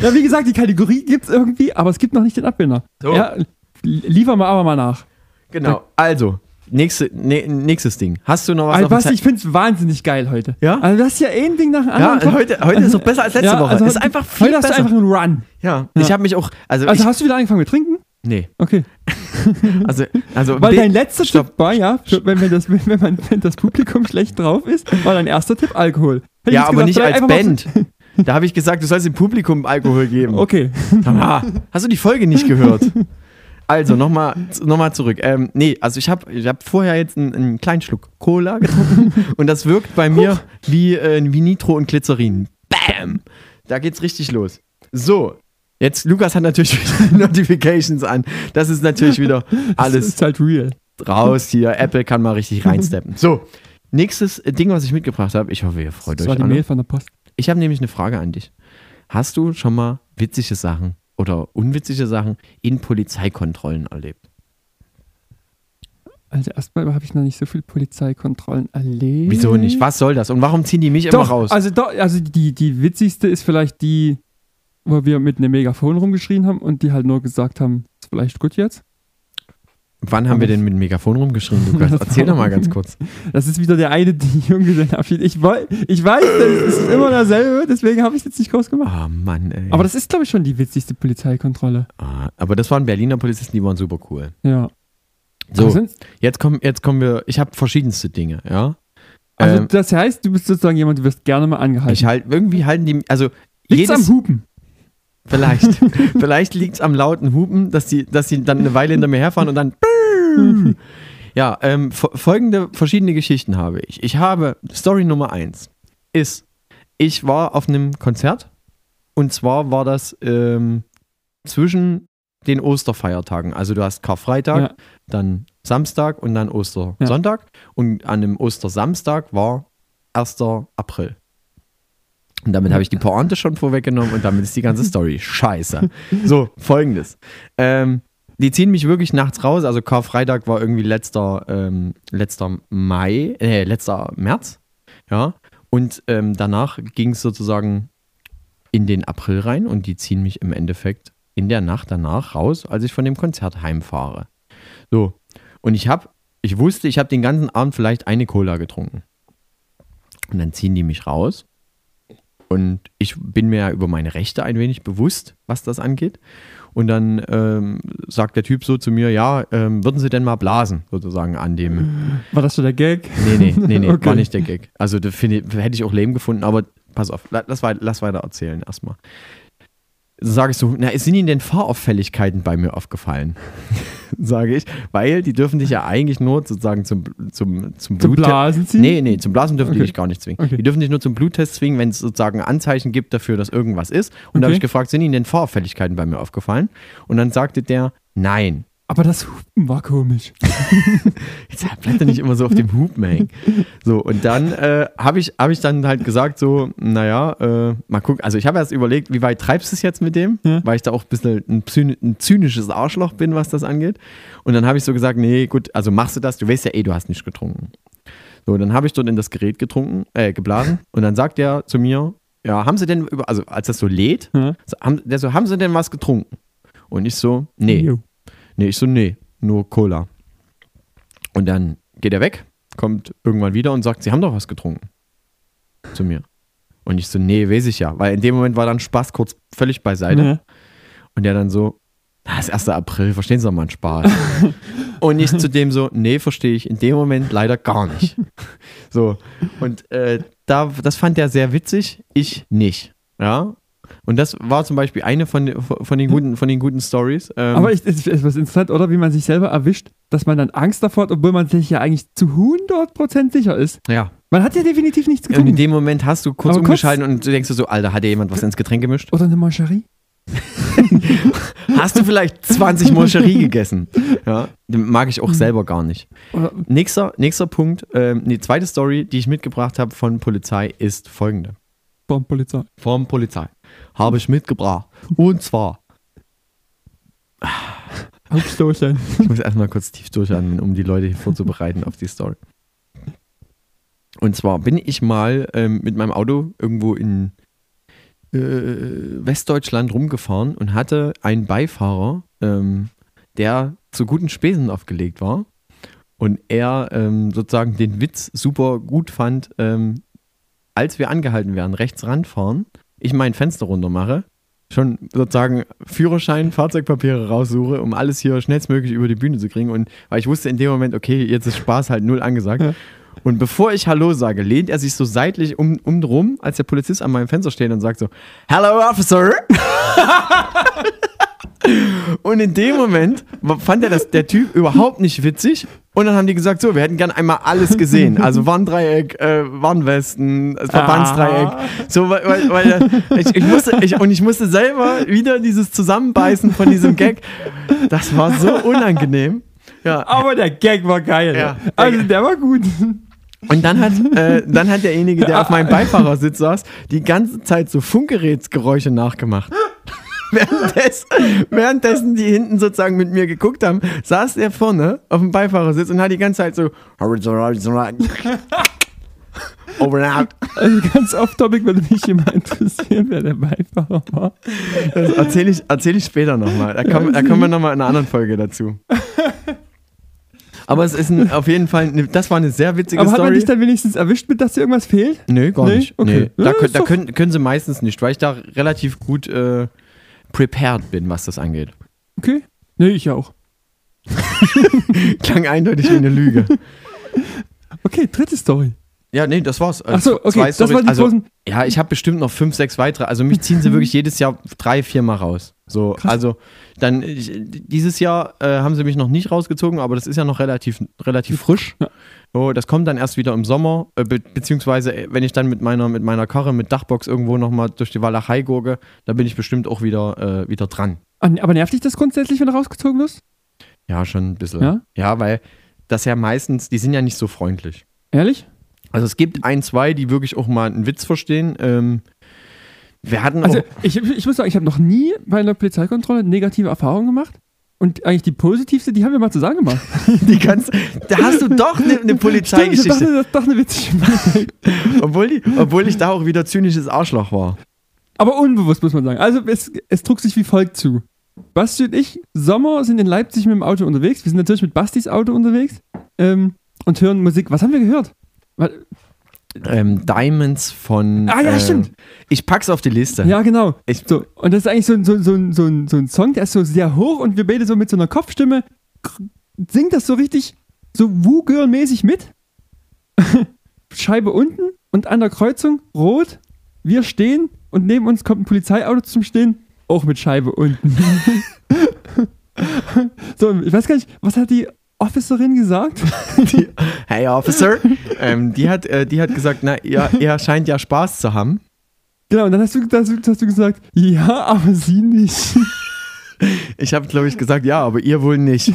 Speaker 2: Ja, wie gesagt, die Kategorie gibt es irgendwie, aber es gibt noch nicht den Abbinder.
Speaker 1: So.
Speaker 2: Ja, l- liefern wir aber mal nach.
Speaker 1: Genau. Also, nächste, ne, nächstes Ding. Hast du noch was
Speaker 2: Also, was,
Speaker 1: dem
Speaker 2: ich finde es wahnsinnig geil heute.
Speaker 1: Ja?
Speaker 2: Also, das ist ja ein Ding nach dem
Speaker 1: Ja,
Speaker 2: anderen.
Speaker 1: also heute, heute ist es noch besser als letzte
Speaker 2: Ja,
Speaker 1: Woche.
Speaker 2: also
Speaker 1: ist
Speaker 2: heute-
Speaker 1: einfach viel
Speaker 2: heute hast
Speaker 1: besser.
Speaker 2: du einfach einen Run.
Speaker 1: ja,
Speaker 2: Ja.
Speaker 1: ich habe mich auch. Also,
Speaker 2: Also,
Speaker 1: ich,
Speaker 2: hast du wieder angefangen mit Trinken?
Speaker 1: nee.
Speaker 2: Okay.
Speaker 1: Also, also
Speaker 2: Weil
Speaker 1: Be-
Speaker 2: dein letzter
Speaker 1: Stopp.
Speaker 2: Tipp war ja, für, wenn, wenn, das, wenn, wenn, man, wenn das Publikum schlecht drauf ist, war dein erster Tipp Alkohol. Hätte ich
Speaker 1: Ja,
Speaker 2: jetzt
Speaker 1: aber
Speaker 2: gesagt,
Speaker 1: nicht als
Speaker 2: vielleicht einfach mal-
Speaker 1: Band. Da habe ich gesagt, du sollst dem Publikum Alkohol geben.
Speaker 2: Okay.
Speaker 1: Ah, hast du die Folge nicht gehört? Also, nochmal noch mal zurück. Ähm, nee, also ich habe ich hab vorher jetzt einen, einen kleinen Schluck Cola getrunken und das wirkt bei mir wie, äh, wie Nitro und Glycerin. Bam! Da geht's richtig los. So, jetzt Lukas hat natürlich wieder Notifications an. Das ist natürlich wieder
Speaker 2: Das
Speaker 1: alles
Speaker 2: ist halt real.
Speaker 1: raus hier. Apple kann mal richtig reinsteppen. So, nächstes Ding, was ich mitgebracht habe. Ich hoffe, ihr freut
Speaker 2: Das
Speaker 1: euch.
Speaker 2: war die
Speaker 1: alle.
Speaker 2: Mail von der Post.
Speaker 1: Ich habe nämlich eine Frage an dich. Hast du schon mal witzige Sachen oder unwitzige Sachen in Polizeikontrollen erlebt?
Speaker 2: Also, erstmal habe ich noch nicht so viele Polizeikontrollen erlebt.
Speaker 1: Wieso nicht? Was soll das? Und warum ziehen die mich immer
Speaker 2: Doch,
Speaker 1: raus?
Speaker 2: Also, doch, also die, die witzigste ist vielleicht die, wo wir mit einem Megafon rumgeschrien haben und die halt nur gesagt haben, ist vielleicht gut jetzt.
Speaker 1: Wann haben wir denn mit dem Megafon rumgeschrien, Lukas?
Speaker 2: Das
Speaker 1: Erzähl
Speaker 2: war-
Speaker 1: doch mal ganz kurz.
Speaker 2: Das ist wieder der eine, die Junggesellenabschied. Ich, woll- ich weiß, das ist immer derselbe, deswegen habe ich es jetzt nicht groß gemacht.
Speaker 1: Ah Mann, ey.
Speaker 2: Aber das ist, glaube ich, schon die witzigste Polizeikontrolle.
Speaker 1: ah, aber das waren Berliner Polizisten, die waren super cool.
Speaker 2: Ja. Aber
Speaker 1: So,
Speaker 2: sonst-
Speaker 1: jetzt kommen, jetzt kommen wir. Ich habe verschiedenste Dinge, ja.
Speaker 2: also
Speaker 1: Ähm,
Speaker 2: das heißt, du bist sozusagen jemand, du wirst gerne mal
Speaker 1: ich
Speaker 2: angehalten.
Speaker 1: halt, irgendwie halten die. Also,
Speaker 2: Liegt's
Speaker 1: jedes,
Speaker 2: am Hupen.
Speaker 1: Vielleicht. Vielleicht liegt es am lauten Hupen, dass die, dass die dann eine Weile hinter mir herfahren und dann. Ja, ähm, fo- folgende verschiedene Geschichten habe ich. Ich habe Story Nummer eins ist, Ich war auf einem Konzert und zwar war das ähm, zwischen den Osterfeiertagen. Also du hast Karfreitag,
Speaker 2: Ja.
Speaker 1: dann Samstag und dann Ostersonntag. Und an dem Ostersamstag war 1. April. Und damit habe ich die Pointe schon vorweggenommen und damit ist die ganze Story scheiße. So, folgendes. Ähm, die ziehen mich wirklich nachts raus. Also Karfreitag war irgendwie letzter, ähm, letzter Mai, äh, letzter März. Ja. Und ähm, danach ging es sozusagen in den April rein und die ziehen mich im Endeffekt in der Nacht danach raus, als ich von dem Konzert heimfahre. So. Und ich habe, ich wusste, ich habe den ganzen Abend vielleicht eine Cola getrunken. Und dann ziehen die mich raus. Und ich bin mir ja über meine Rechte ein wenig bewusst, was das angeht. Und dann ähm, sagt der Typ so zu mir, ja, ähm, würden Sie denn mal blasen, sozusagen an dem,
Speaker 2: War das schon der Gag?
Speaker 1: Nee, nee, nee, nee
Speaker 2: Okay.
Speaker 1: war nicht der Gag. Also das finde ich- hätte ich auch lame gefunden, aber pass auf, la- lass, wei- lass weiter erzählen erstmal. Sage ich so, na, sind Ihnen denn Fahrauffälligkeiten bei mir aufgefallen? Sage ich, weil die dürfen dich ja eigentlich nur sozusagen zum, zum, zum,
Speaker 2: Zum
Speaker 1: Blutte-
Speaker 2: Blasen ziehen?
Speaker 1: Nee, nee, zum Blasen dürfen die
Speaker 2: Okay.
Speaker 1: dich gar nicht zwingen.
Speaker 2: Okay.
Speaker 1: Die dürfen dich nur zum Bluttest zwingen, wenn es sozusagen Anzeichen gibt dafür, dass irgendwas ist. Und da habe
Speaker 2: Okay.
Speaker 1: ich gefragt, sind Ihnen denn Fahrauffälligkeiten bei mir aufgefallen? Und dann sagte der, nein.
Speaker 2: Aber das Hupen war komisch.
Speaker 1: Jetzt bleibt er nicht immer so auf dem Hupen hängen. So, und dann äh, habe ich, hab ich dann halt gesagt, so, naja, äh, mal gucken. Also, ich habe erst überlegt, wie weit treibst du es jetzt mit dem?
Speaker 2: Ja.
Speaker 1: Weil ich da auch ein bisschen ein, zyni- ein zynisches Arschloch bin, was das angeht. Und dann habe ich so gesagt, nee, gut, also machst du das, du weißt ja eh, du hast nicht getrunken. So, dann habe ich dort in das Gerät getrunken, äh, geblasen. Und dann sagt er zu mir, ja, haben sie denn, über, also als das so lädt,
Speaker 2: Ja.
Speaker 1: so, haben, der so, haben sie denn was getrunken? Und ich so, nee.
Speaker 2: Jo.
Speaker 1: Nee, ich so, nee, nur Cola. Und dann geht er weg, kommt irgendwann wieder und sagt, sie haben doch was getrunken. Zu mir. Und ich so, nee, weiß ich ja. Weil in dem Moment war dann Spaß kurz völlig beiseite.
Speaker 2: Ja.
Speaker 1: Und der dann so, "Na, das ist 1. April, verstehen Sie doch mal einen Spaß. und ich zu dem so, nee, verstehe ich in dem Moment leider gar nicht. so. Und äh, da, das fand der sehr witzig, ich nicht. Ja. Und das war zum Beispiel eine von, den- von den guten, von den guten Stories. Ähm,
Speaker 2: Aber ich, es ist was interessant, oder? Wie man sich selber erwischt, dass man dann Angst davor hat, obwohl man sich ja eigentlich zu 100% sicher ist.
Speaker 1: ja.
Speaker 2: Man hat ja definitiv nichts
Speaker 1: Und in
Speaker 2: getrunken.
Speaker 1: dem Moment hast du kurz
Speaker 2: Aber kurz-
Speaker 1: umgeschalten und du denkst dir so, Alter, hat dir jemand was ins Getränk gemischt?
Speaker 2: Oder eine Mancherie?
Speaker 1: Hast du vielleicht 20 Moncherie gegessen? Ja, den mag ich auch selber gar nicht.
Speaker 2: Oder,
Speaker 1: Nächster, nächster Punkt, ähm, die zweite Story, die ich mitgebracht habe von Polizei, ist folgende.
Speaker 2: Boah, Polizei.
Speaker 1: Vom Polizei habe ich mitgebracht. Und zwar,
Speaker 2: Hauptstoßchen.
Speaker 1: ich muss erstmal kurz tief durchatmen, um die Leute hier vorzubereiten auf die Story. Und zwar bin ich mal ähm, mit meinem Auto irgendwo in äh, Westdeutschland rumgefahren und hatte einen Beifahrer, ähm, der zu guten Spesen aufgelegt war und er ähm, sozusagen den Witz super gut fand, ähm, als wir angehalten werden, rechts ranfahren, ich mein Fenster runter mache, schon sozusagen Führerschein, Fahrzeugpapiere raussuche, um alles hier schnellstmöglich über die Bühne zu kriegen und weil ich wusste in dem Moment, okay, jetzt ist Spaß halt null angesagt.
Speaker 2: Ja.
Speaker 1: Und bevor ich Hallo sage, lehnt er sich so seitlich um, um drum, als der Polizist an meinem Fenster steht und sagt so, Hello Officer! und in dem Moment fand er das, der Typ überhaupt nicht witzig. Und dann haben die gesagt, so, wir hätten gern einmal alles gesehen. Also Warndreieck, äh, Warnwesten, das Verbandsdreieck.
Speaker 2: Ah.
Speaker 1: So, weil, weil, weil ich, ich musste, ich, und ich musste selber wieder dieses Zusammenbeißen von diesem Gag. Das war so unangenehm. Ja.
Speaker 2: Aber der Gag war geil.
Speaker 1: Ja.
Speaker 2: Also der war gut.
Speaker 1: Und dann hat, äh, dann hat derjenige, der auf meinem Beifahrersitz saß, die ganze Zeit so Funkgerätsgeräusche nachgemacht. Währenddessen, währenddessen die hinten sozusagen mit mir geguckt haben, saß er vorne auf dem Beifahrersitz und hat die ganze Zeit so Over and out.
Speaker 2: Also ganz off-topic würde mich immer interessieren, wer der Beifahrer war.
Speaker 1: Das erzähle ich, Also erzähl ich später nochmal. Da, kommen- da kommen wir nochmal in einer anderen Folge dazu. Aber es ist ein, auf jeden Fall, eine, das war eine sehr witzige
Speaker 2: Aber hat man
Speaker 1: Story.
Speaker 2: dich dann wenigstens erwischt mit, dass dir irgendwas fehlt?
Speaker 1: Nö, gar
Speaker 2: Nee?
Speaker 1: nicht.
Speaker 2: Okay.
Speaker 1: Nee.
Speaker 2: Ja,
Speaker 1: Da, kö-
Speaker 2: ist
Speaker 1: da
Speaker 2: doch-
Speaker 1: können, können sie meistens nicht, weil ich da relativ gut äh, prepared bin, was das angeht.
Speaker 2: Okay. Nee, ich auch.
Speaker 1: Klang eindeutig wie eine Lüge.
Speaker 2: Okay, dritte Story.
Speaker 1: Ja, nee, das war's.
Speaker 2: Ach so, okay,
Speaker 1: Also, Zwei
Speaker 2: das waren die
Speaker 1: also,
Speaker 2: großen-
Speaker 1: Ja, ich habe bestimmt noch fünf, sechs weitere. Also mich ziehen sie wirklich jedes Jahr drei, viermal raus. So, also dann ich, dieses Jahr äh, haben sie mich noch nicht rausgezogen, aber das ist ja noch relativ, relativ frisch.
Speaker 2: Ja.
Speaker 1: So, das kommt dann erst wieder im Sommer, äh, be beziehungsweise äh, wenn ich dann mit meiner, mit meiner Karre, mit Dachbox irgendwo nochmal durch die Walachei gurke, da bin ich bestimmt auch wieder, äh, wieder dran.
Speaker 2: Ah, Aber nervt dich das grundsätzlich, wenn du rausgezogen wirst?
Speaker 1: Ja, schon ein bisschen.
Speaker 2: Ja?
Speaker 1: ja, weil das ja meistens, die sind ja nicht so freundlich.
Speaker 2: Ehrlich?
Speaker 1: Also es gibt ein, zwei, die wirklich auch mal einen Witz verstehen. Ähm, wir hatten
Speaker 2: Also
Speaker 1: auch,
Speaker 2: ich, ich muss sagen, ich habe noch nie bei einer Polizeikontrolle negative Erfahrungen gemacht. Und eigentlich die positivste, die haben wir mal zusammen gemacht.
Speaker 1: die ganze, da hast du doch eine ne Polizeigeschichte.
Speaker 2: Stimmt, das ist doch eine witzige
Speaker 1: Obwohl, die, obwohl ich da auch wieder zynisches Arschloch war.
Speaker 2: Aber unbewusst, muss man sagen. Also es, es trug sich wie folgt zu. Basti und ich, Sommer, sind in Leipzig mit dem Auto unterwegs. Wir sind natürlich mit Bastis Auto unterwegs ähm, und hören Musik. Was haben wir gehört? Wa-
Speaker 1: Ähm, Diamonds von.
Speaker 2: Ah, ja,
Speaker 1: äh,
Speaker 2: stimmt.
Speaker 1: Ich pack's auf die Liste.
Speaker 2: Ja, genau.
Speaker 1: Ich-
Speaker 2: so, und das ist eigentlich so, ein- so, ein- so, ein- so, ein- so ein Song, der ist so sehr hoch und wir beide so mit so einer Kopfstimme kr- singt das so richtig so Woo-Girl-mäßig mit. Scheibe unten und an der Kreuzung rot. Wir stehen und neben uns kommt ein Polizeiauto zum Stehen, auch mit Scheibe unten. so, ich weiß gar nicht, was hat die Officerin gesagt?
Speaker 1: Hey, Officer. ähm, die, hat, äh, die hat gesagt, na, ihr, ihr scheint ja Spaß zu haben.
Speaker 2: genau, und dann hast du, hast, du- hast du gesagt, ja, aber sie nicht.
Speaker 1: Ich habe, glaube ich, gesagt, ja, aber ihr wohl nicht.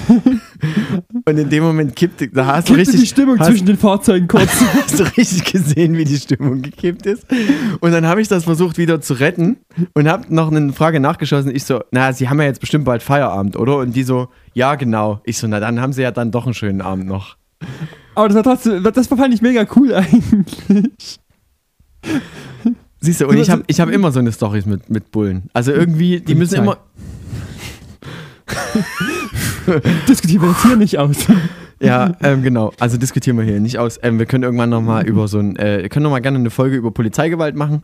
Speaker 1: Und in dem Moment kippt, da hast du
Speaker 2: Kippte
Speaker 1: richtig.
Speaker 2: die Stimmung
Speaker 1: hast,
Speaker 2: zwischen den Fahrzeugen kurz.
Speaker 1: Hast du richtig gesehen, wie die Stimmung gekippt ist? Und dann habe ich das versucht wieder zu retten und habe noch eine Frage nachgeschossen. Ich so, na, sie haben ja jetzt bestimmt bald Feierabend, oder? Und die so, ja, genau. Ich so, na, dann haben sie ja dann doch einen schönen Abend noch.
Speaker 2: Aber das war trotzdem, das fand ich mega cool eigentlich.
Speaker 1: Siehst du, und ich habe ich hab immer so eine Storys mit, mit Bullen. Also irgendwie, die müssen immer,
Speaker 2: Diskutieren wir jetzt hier nicht aus.
Speaker 1: Ja, ähm, genau. Also diskutieren wir hier nicht aus. Ähm, wir können irgendwann nochmal über so ein, äh, wir können nochmal gerne eine Folge über Polizeigewalt machen.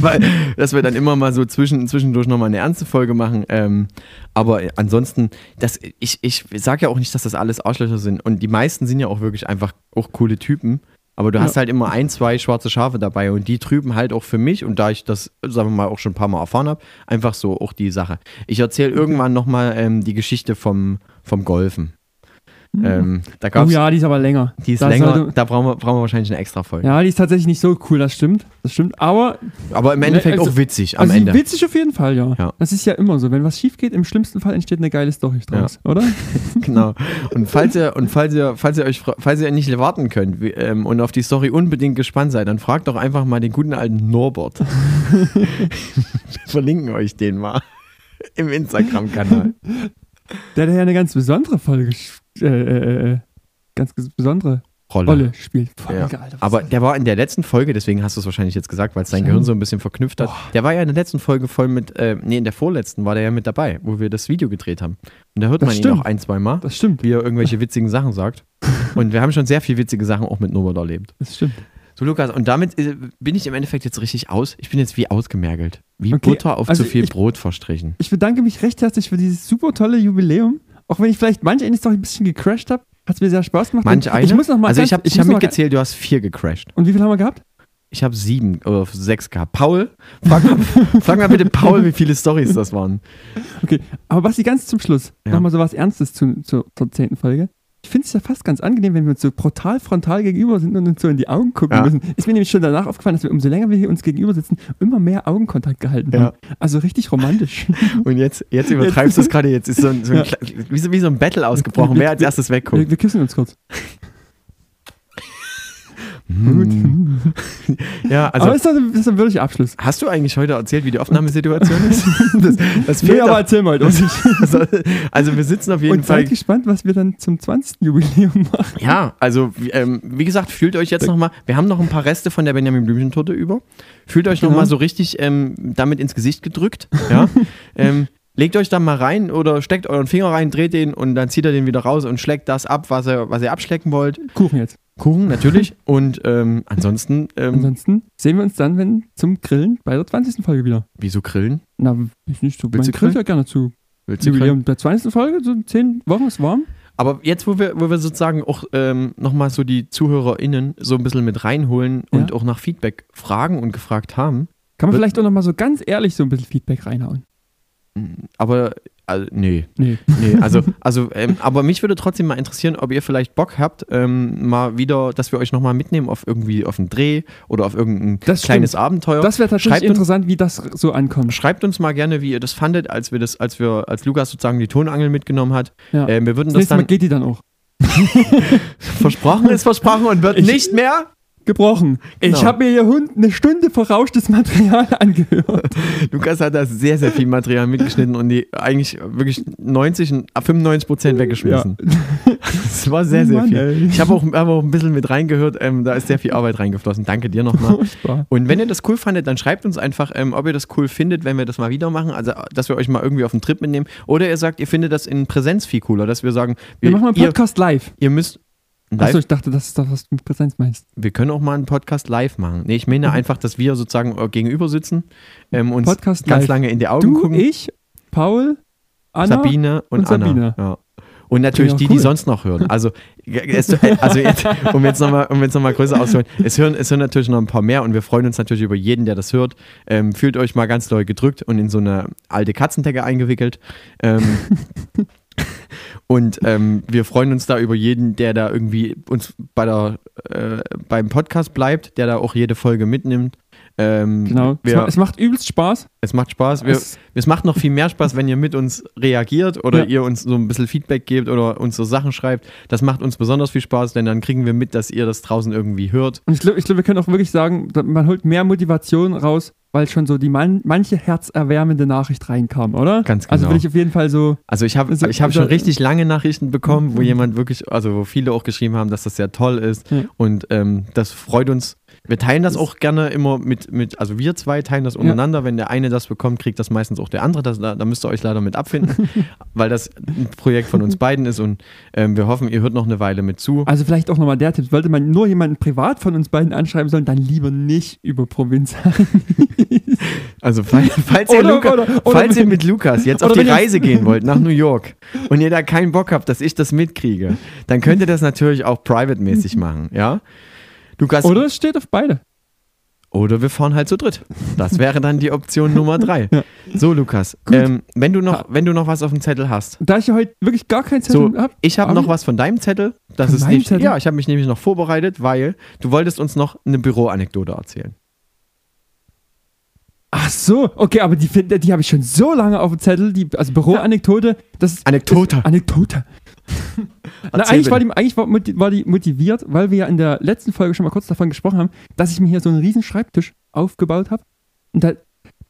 Speaker 1: Weil, dass wir dann immer mal so zwischen, zwischendurch nochmal eine ernste Folge machen. Ähm, aber ansonsten, das, ich, ich sag ja auch nicht, dass das alles Arschlöcher sind. Und die meisten sind ja auch wirklich einfach auch coole Typen. Aber du hast halt immer ein, zwei schwarze Schafe dabei und die trüben halt auch für mich und da ich das, sagen wir mal, auch schon ein paar Mal erfahren habe, einfach so auch die Sache. Ich erzähle irgendwann nochmal ähm, die Geschichte vom, vom Golfen. Ähm, da
Speaker 2: Oh
Speaker 1: gab's,
Speaker 2: ja, die ist aber länger.
Speaker 1: die ist
Speaker 2: Da
Speaker 1: länger,
Speaker 2: sollte-
Speaker 1: da brauchen wir, brauchen wir wahrscheinlich eine extra Folge.
Speaker 2: ja, die ist tatsächlich nicht so cool, das stimmt. Das stimmt. Aber
Speaker 1: Aber im Endeffekt
Speaker 2: also-
Speaker 1: auch witzig am
Speaker 2: also
Speaker 1: Ende.
Speaker 2: witzig auf jeden Fall, ja.
Speaker 1: Ja.
Speaker 2: Das ist ja immer so. Wenn was schief geht, im schlimmsten Fall entsteht eine geile Story draus, oder?
Speaker 1: Genau. Und falls ihr, und falls ihr, falls ihr euch, fra- falls ihr nicht warten könnt wie, ähm, und auf die Story unbedingt gespannt seid, dann fragt doch einfach mal den guten alten Norbert. Wir verlinken euch den mal im Instagram-Kanal.
Speaker 2: Der hat ja eine ganz besondere Folge, sch- äh, äh, äh, ganz ges- besondere Rolle spielt. Voll
Speaker 1: Ja.
Speaker 2: geil, Alter, was
Speaker 1: Aber
Speaker 2: ist
Speaker 1: der war in der letzten Folge, deswegen hast du es wahrscheinlich jetzt gesagt, weil es dein
Speaker 2: Schön.
Speaker 1: Gehirn so ein bisschen verknüpft hat. Der war ja in der letzten Folge voll mit, äh, nee, in der vorletzten war der ja mit dabei, wo wir das Video gedreht haben. Und da hört
Speaker 2: Das
Speaker 1: man ihn
Speaker 2: stimmt.
Speaker 1: auch ein, zwei Mal,
Speaker 2: das stimmt,
Speaker 1: wie er irgendwelche witzigen Sachen sagt. Und wir haben schon sehr viel witzige Sachen auch mit Norbert erlebt.
Speaker 2: das stimmt.
Speaker 1: So, Lukas, und damit äh, bin ich im Endeffekt jetzt richtig aus. Ich bin jetzt wie ausgemergelt. Wie
Speaker 2: Okay,
Speaker 1: Butter auf
Speaker 2: also
Speaker 1: zu viel
Speaker 2: ich-
Speaker 1: Brot verstrichen.
Speaker 2: Ich bedanke mich recht herzlich für dieses super tolle Jubiläum. Auch wenn ich vielleicht manch eine Story ein bisschen gecrashed habe, hat es mir sehr Spaß gemacht.
Speaker 1: Manch
Speaker 2: Und
Speaker 1: eine.
Speaker 2: Ich muss noch mal
Speaker 1: also,
Speaker 2: ganz-
Speaker 1: ich habe ich
Speaker 2: muss
Speaker 1: hab
Speaker 2: noch mal-
Speaker 1: mitgezählt, du hast vier gecrashed.
Speaker 2: Und wie viel haben wir gehabt?
Speaker 1: Ich habe sieben oder sechs gehabt. Paul, frag mal, frag mal bitte Paul, wie viele Stories das waren.
Speaker 2: Okay, aber Basti, ganz zum Schluss
Speaker 1: Ja.
Speaker 2: nochmal so was Ernstes zu, zu, zur zehnten Folge. Ich finde es ja fast ganz angenehm, wenn wir uns so brutal frontal gegenüber sind und uns so in die Augen gucken
Speaker 1: Ja.
Speaker 2: müssen. Ist mir nämlich schon danach aufgefallen, dass wir umso länger wir hier uns gegenüber sitzen, immer mehr Augenkontakt gehalten
Speaker 1: Ja.
Speaker 2: haben. Also richtig romantisch.
Speaker 1: Und jetzt, jetzt übertreibst du es gerade. Jetzt ist so ein, so ein, kle- wie, so, wie so ein Battle ausgebrochen. Wer als erstes
Speaker 2: wir,
Speaker 1: wegguckt.
Speaker 2: wir küssen uns kurz.
Speaker 1: Hm. Ja, also.
Speaker 2: aber ist das, ein- das ist ein würdiger Abschluss.
Speaker 1: Hast du eigentlich heute erzählt, wie die Aufnahmesituation ist? Das, das
Speaker 2: Nee,
Speaker 1: fehlt
Speaker 2: aber
Speaker 1: doch.
Speaker 2: erzähl mal. Und,
Speaker 1: also, also wir sitzen auf jeden
Speaker 2: und
Speaker 1: Fall
Speaker 2: seid gespannt, was wir dann zum 20. Jubiläum machen.
Speaker 1: Ja, also wie- ähm, wie gesagt, fühlt euch jetzt nochmal, wir haben noch ein paar Reste von der Benjamin Blümchen-Torte über. Fühlt euch noch
Speaker 2: Genau.
Speaker 1: nochmal so richtig ähm, damit ins Gesicht gedrückt. Ja? ähm, legt euch da mal rein oder steckt euren Finger rein, dreht den und dann zieht er den wieder raus und schlägt das ab, was ihr, was ihr abschlecken wollt.
Speaker 2: Kuchen jetzt.
Speaker 1: Kuchen natürlich. und ähm, ansonsten, ähm,
Speaker 2: Ansonsten sehen wir uns dann, wenn zum Grillen bei der 20. Folge wieder.
Speaker 1: wieso grillen?
Speaker 2: Na, ich nicht so.
Speaker 1: Willst
Speaker 2: Man
Speaker 1: du
Speaker 2: grillt ja gerne zu.
Speaker 1: Willst du grillen?
Speaker 2: Jubiläum der 20. Folge, so in 10 Wochen ist warm.
Speaker 1: Aber jetzt, wo wir, wo wir sozusagen auch ähm, nochmal so die ZuhörerInnen so ein bisschen mit reinholen und
Speaker 2: Ja.
Speaker 1: auch nach Feedback fragen und gefragt haben,
Speaker 2: Kann man
Speaker 1: Wird-
Speaker 2: vielleicht auch nochmal so ganz ehrlich so ein bisschen Feedback reinhauen.
Speaker 1: mm, Aber, also, nee.
Speaker 2: Nee.
Speaker 1: Nee, also, also ähm, aber mich würde trotzdem mal interessieren, ob ihr vielleicht Bock habt, ähm, mal wieder, dass wir euch nochmal mitnehmen auf irgendwie auf einen Dreh oder auf irgendein
Speaker 2: Das stimmt.
Speaker 1: kleines Abenteuer.
Speaker 2: Das wäre tatsächlich
Speaker 1: Schreibt uns-
Speaker 2: interessant, wie das so ankommt.
Speaker 1: Schreibt uns mal gerne, wie ihr das fandet, als wir das, als wir, als Lukas sozusagen die Tonangel mitgenommen hat.
Speaker 2: Ja.
Speaker 1: Ähm, wir würden
Speaker 2: Das
Speaker 1: das
Speaker 2: nächste Mal
Speaker 1: dann
Speaker 2: geht die dann auch.
Speaker 1: versprochen ist versprochen und wird
Speaker 2: Ich-
Speaker 1: nicht mehr.
Speaker 2: Gebrochen. Ich
Speaker 1: Genau.
Speaker 2: habe mir ihr Hund eine Stunde verrauschtes Material angehört.
Speaker 1: Lukas hat da sehr, sehr viel Material mitgeschnitten und die eigentlich wirklich 90, und- ah, 95 Prozent weggeschmissen. Es war sehr, sehr
Speaker 2: Mann,
Speaker 1: viel.
Speaker 2: ey.
Speaker 1: Ich habe auch, hab auch ein bisschen mit reingehört, ähm, da ist sehr viel Arbeit reingeflossen. Danke dir nochmal.
Speaker 2: Furchtbar.
Speaker 1: Und wenn ihr das cool fandet, dann schreibt uns einfach, ähm, ob ihr das cool findet, wenn wir das mal wieder machen. Also, dass wir euch mal irgendwie auf den Trip mitnehmen. Oder ihr sagt, ihr findet das in Präsenz viel cooler, dass wir sagen,
Speaker 2: Wir machen mal einen
Speaker 1: ihr,
Speaker 2: Podcast live.
Speaker 1: ihr müsst. Live,
Speaker 2: Achso, ich dachte, das ist das, was du mit Präsenz meinst.
Speaker 1: wir können auch mal einen Podcast live machen. Nee, ich
Speaker 2: Mhm.
Speaker 1: meine einfach, dass wir sozusagen äh, gegenüber sitzen, ähm, uns
Speaker 2: Podcast
Speaker 1: ganz
Speaker 2: live.
Speaker 1: lange in die Augen
Speaker 2: Du,
Speaker 1: gucken.
Speaker 2: ich, Paul, Anna.
Speaker 1: Sabine und,
Speaker 2: und
Speaker 1: Anna.
Speaker 2: Sabine.
Speaker 1: Ja. Und natürlich
Speaker 2: Ja,
Speaker 1: die,
Speaker 2: cool.
Speaker 1: die sonst noch hören. Also, es, also jetzt, um jetzt nochmal um jetzt noch mal größer auszuholen, es hören, es hören natürlich noch ein paar mehr und wir freuen uns natürlich über jeden, der das hört. Ähm, fühlt euch mal ganz doll gedrückt und in so eine alte Katzendecke eingewickelt. Ähm, und ähm, wir freuen uns da über jeden, der da irgendwie uns bei der, äh, beim Podcast bleibt, der da auch jede Folge mitnimmt. Ähm,
Speaker 2: Genau. Es, ma
Speaker 1: Wir,
Speaker 2: es macht übelst Spaß.
Speaker 1: es macht Spaß. Wir,
Speaker 2: es,
Speaker 1: es macht noch viel mehr Spaß, wenn ihr mit uns reagiert oder
Speaker 2: Ja.
Speaker 1: ihr uns so ein bisschen Feedback gebt oder uns so Sachen schreibt. Das macht uns besonders viel Spaß, denn dann kriegen wir mit, dass ihr das draußen irgendwie hört.
Speaker 2: und ich glaube, ich glaub, wir können auch wirklich sagen, da- man holt mehr Motivation raus, weil schon so die man manche herzerwärmende Nachricht reinkam, oder?
Speaker 1: Ganz
Speaker 2: Also
Speaker 1: genau.
Speaker 2: will ich auf jeden Fall so.
Speaker 1: Also ich habe
Speaker 2: Also,
Speaker 1: ich hab schon
Speaker 2: da-
Speaker 1: richtig lange Nachrichten bekommen, wo jemand wirklich, also wo viele auch geschrieben haben, dass das sehr toll ist.
Speaker 2: Ja.
Speaker 1: Und ähm, das freut uns. Wir teilen das
Speaker 2: Das-
Speaker 1: auch gerne immer mit, mit, also wir zwei teilen das untereinander. Wenn der eine das bekommt, kriegt das meistens auch der andere. Das, da, da müsst ihr euch leider mit abfinden, weil das ein Projekt von uns beiden ist. Und ähm, wir hoffen, ihr hört noch eine Weile mit zu.
Speaker 2: Also vielleicht auch nochmal der Tipp. Sollte man nur jemanden privat von uns beiden anschreiben sollen, dann lieber nicht über Provinz.
Speaker 1: Also falls, falls, ihr,
Speaker 2: Oder-
Speaker 1: Luca,
Speaker 2: oder- oder
Speaker 1: falls ihr
Speaker 2: wenn-
Speaker 1: mit Lukas jetzt auf
Speaker 2: oder
Speaker 1: die
Speaker 2: wenn ihr-
Speaker 1: Reise gehen wollt nach New York und ihr da keinen Bock habt, dass ich das mitkriege, dann könnt ihr das natürlich auch private-mäßig machen, ja? Lukas,
Speaker 2: Oder es steht auf beide.
Speaker 1: oder wir fahren halt zu dritt. Das wäre dann die Option Nummer drei.
Speaker 2: Ja.
Speaker 1: So, Lukas,
Speaker 2: Gut.
Speaker 1: ähm, wenn, du noch, wenn du noch was auf dem Zettel hast.
Speaker 2: Da ich ja heute wirklich gar keinen
Speaker 1: So,
Speaker 2: Zettel habe.
Speaker 1: ich habe noch was von deinem Zettel. Das
Speaker 2: Von
Speaker 1: ist
Speaker 2: meinem
Speaker 1: nicht,
Speaker 2: Zettel?
Speaker 1: Ja, ich habe mich nämlich noch vorbereitet, weil du wolltest uns noch eine Büroanekdote erzählen.
Speaker 2: Ach so, okay, aber die, find- die habe ich schon so lange auf dem Zettel. Die, also Büroanekdote, das ist
Speaker 1: Anekdote.
Speaker 2: Ist Anekdote. Na,
Speaker 1: Erzähl
Speaker 2: eigentlich war
Speaker 1: bitte.
Speaker 2: die, eigentlich war, moti- war die motiviert, weil wir ja in der letzten Folge schon mal kurz davon gesprochen haben, dass ich mir hier so einen riesen Schreibtisch aufgebaut habe. Und da,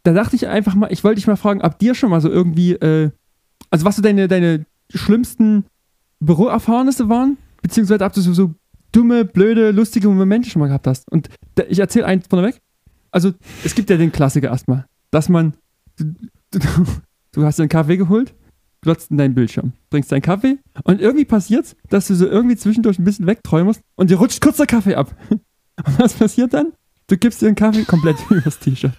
Speaker 2: da dachte ich einfach mal, ich wollte dich mal fragen, ob dir schon mal so irgendwie, äh, also was so deine, deine schlimmsten Büroerfahrnisse waren, beziehungsweise ob du so, so dumme, blöde, lustige Momente schon mal gehabt hast. Und da, ich erzähle eins vorneweg. Also, es gibt ja den Klassiker erstmal, dass man, du, du, du hast dir einen Kaffee geholt glotzt in deinen Bildschirm, trinkst deinen Kaffee und irgendwie passiert's, dass du so irgendwie zwischendurch ein bisschen wegträumst und dir rutscht kurz der Kaffee ab. Und was passiert dann? Du gibst dir den Kaffee komplett übers T-Shirt.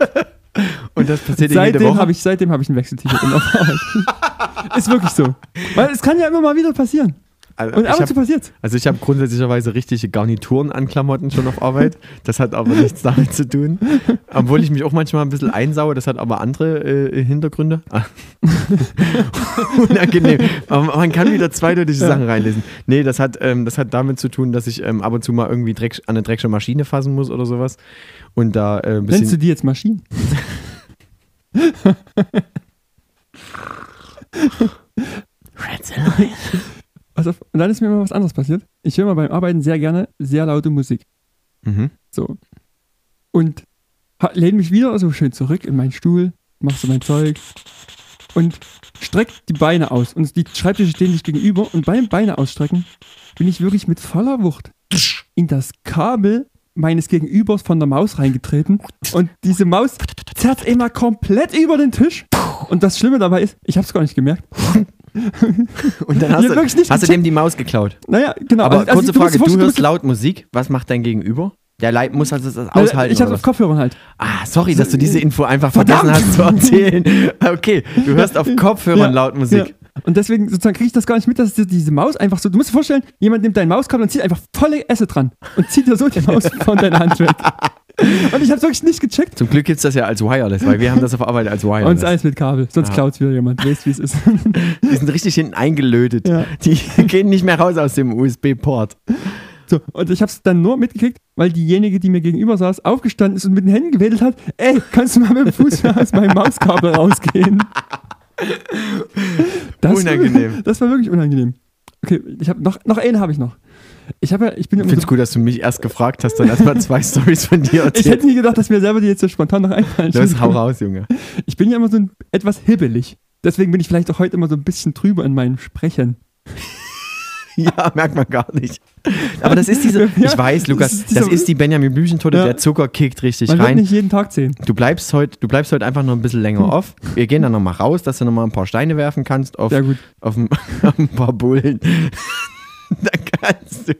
Speaker 1: Und das passiert dir jede
Speaker 2: Seitdem
Speaker 1: Woche.
Speaker 2: habe ich, seitdem hab ich ein Wechsel-T-Shirt in der Arbeit. Ist wirklich so. Weil es kann ja immer mal wieder passieren.
Speaker 1: Also,
Speaker 2: Und
Speaker 1: ich
Speaker 2: ab und
Speaker 1: hab-
Speaker 2: zu passiert's.
Speaker 1: Also ich habe grundsätzlicherweise richtige Garnituren an Klamotten schon auf Arbeit. Das hat aber nichts damit zu tun. Obwohl ich mich auch manchmal ein bisschen einsaue, das hat aber andere äh, Hintergründe. Ah. Unangenehm. Aber man kann wieder zweideutige Sachen reinlesen. Nee, das hat, ähm, das hat damit zu tun, dass ich ähm, ab und zu mal irgendwie Dreck, an eine dreckige Maschine fassen muss oder sowas. Und da äh, ein
Speaker 2: Nennst du
Speaker 1: bisschen.
Speaker 2: die jetzt Maschinen? Pass auf. Also, Und dann ist mir mal was anderes passiert. Ich höre mal beim Arbeiten sehr gerne sehr laute Musik.
Speaker 1: Mhm.
Speaker 2: So. Und ha- lehn mich wieder so schön zurück in meinen Stuhl, mach so mein Zeug und streck die Beine aus. Und die Schreibtische stehen sich gegenüber und beim Beine ausstrecken bin ich wirklich mit voller Wucht in das Kabel meines Gegenübers von der Maus reingetreten und diese Maus zerrt immer komplett über den Tisch. Und das Schlimme dabei ist, ich hab's gar nicht gemerkt.
Speaker 1: Und dann hast,
Speaker 2: Ja, wirklich
Speaker 1: du,
Speaker 2: nicht
Speaker 1: hast du dem die Maus geklaut.
Speaker 2: Naja, genau.
Speaker 1: Aber
Speaker 2: also-
Speaker 1: kurze
Speaker 2: also du musst
Speaker 1: Frage,
Speaker 2: dir
Speaker 1: du
Speaker 2: vorstellen,
Speaker 1: hörst
Speaker 2: musst-
Speaker 1: laut Musik. Was macht dein Gegenüber? Der Leib muss also das
Speaker 2: Naja,
Speaker 1: aushalten.
Speaker 2: Ich hab's
Speaker 1: oder was?
Speaker 2: auf Kopfhörern halt.
Speaker 1: Ah, sorry, dass du diese Info einfach
Speaker 2: Verdammt!
Speaker 1: vergessen hast zu erzählen. Okay, du hörst auf Kopfhörern
Speaker 2: Ja,
Speaker 1: laut Musik.
Speaker 2: Ja. Und deswegen sozusagen kriege ich das gar nicht mit, dass dir diese Maus einfach so. Du musst dir vorstellen, jemand nimmt dein Mauskabel und zieht einfach volle Esse dran und zieht dir so die Maus von deiner Hand weg. Und ich hab's wirklich nicht gecheckt.
Speaker 1: Zum Glück gibt es das ja als Wireless, weil wir haben das Ah. auf Arbeit als
Speaker 2: Und
Speaker 1: Wireless.
Speaker 2: alles mit Kabel, sonst
Speaker 1: Ja.
Speaker 2: klaut's wieder jemand. Weißt, wie es ist.
Speaker 1: die sind richtig hinten eingelötet.
Speaker 2: Ja.
Speaker 1: Die gehen nicht mehr raus aus dem USB-Port.
Speaker 2: So, und ich hab's dann nur mitgekriegt, weil diejenige, die mir gegenüber saß, aufgestanden ist und mit den Händen gewedelt hat, ey, kannst du mal mit dem Fuß wieder aus meinem Mauskabel rausgehen? Das
Speaker 1: Unangenehm.
Speaker 2: das war wirklich unangenehm. Okay, ich habe noch, noch eine habe ich noch. Ich habe ja, ich bin
Speaker 1: Ich
Speaker 2: immer
Speaker 1: finde es
Speaker 2: so,
Speaker 1: gut, dass du mich erst gefragt hast, dann erstmal zwei Stories von dir
Speaker 2: ich
Speaker 1: erzählt.
Speaker 2: hätte nie gedacht, dass mir selber die jetzt so spontan noch einfallen.
Speaker 1: Los, hau raus, Junge.
Speaker 2: Ich bin ja immer so ein, etwas hibbelig. Deswegen bin ich vielleicht auch heute immer so ein bisschen drüber in meinem Sprechen.
Speaker 1: Ja, merkt man gar nicht. Aber das ist diese,
Speaker 2: Ja,
Speaker 1: ich weiß,
Speaker 2: das
Speaker 1: Lukas,
Speaker 2: ist dieser-
Speaker 1: das ist die Benjamin Blümchen-Torte,
Speaker 2: Ja.
Speaker 1: der Zucker kickt richtig
Speaker 2: Man wird
Speaker 1: rein.
Speaker 2: nicht jeden Tag sehen.
Speaker 1: Du bleibst heute du bleibst heute einfach noch ein bisschen
Speaker 2: Hm.
Speaker 1: länger off. Wir gehen dann nochmal raus, dass du nochmal ein paar Steine werfen kannst auf,
Speaker 2: Sehr gut.
Speaker 1: auf, ein, auf ein paar Bullen. Dann kannst du,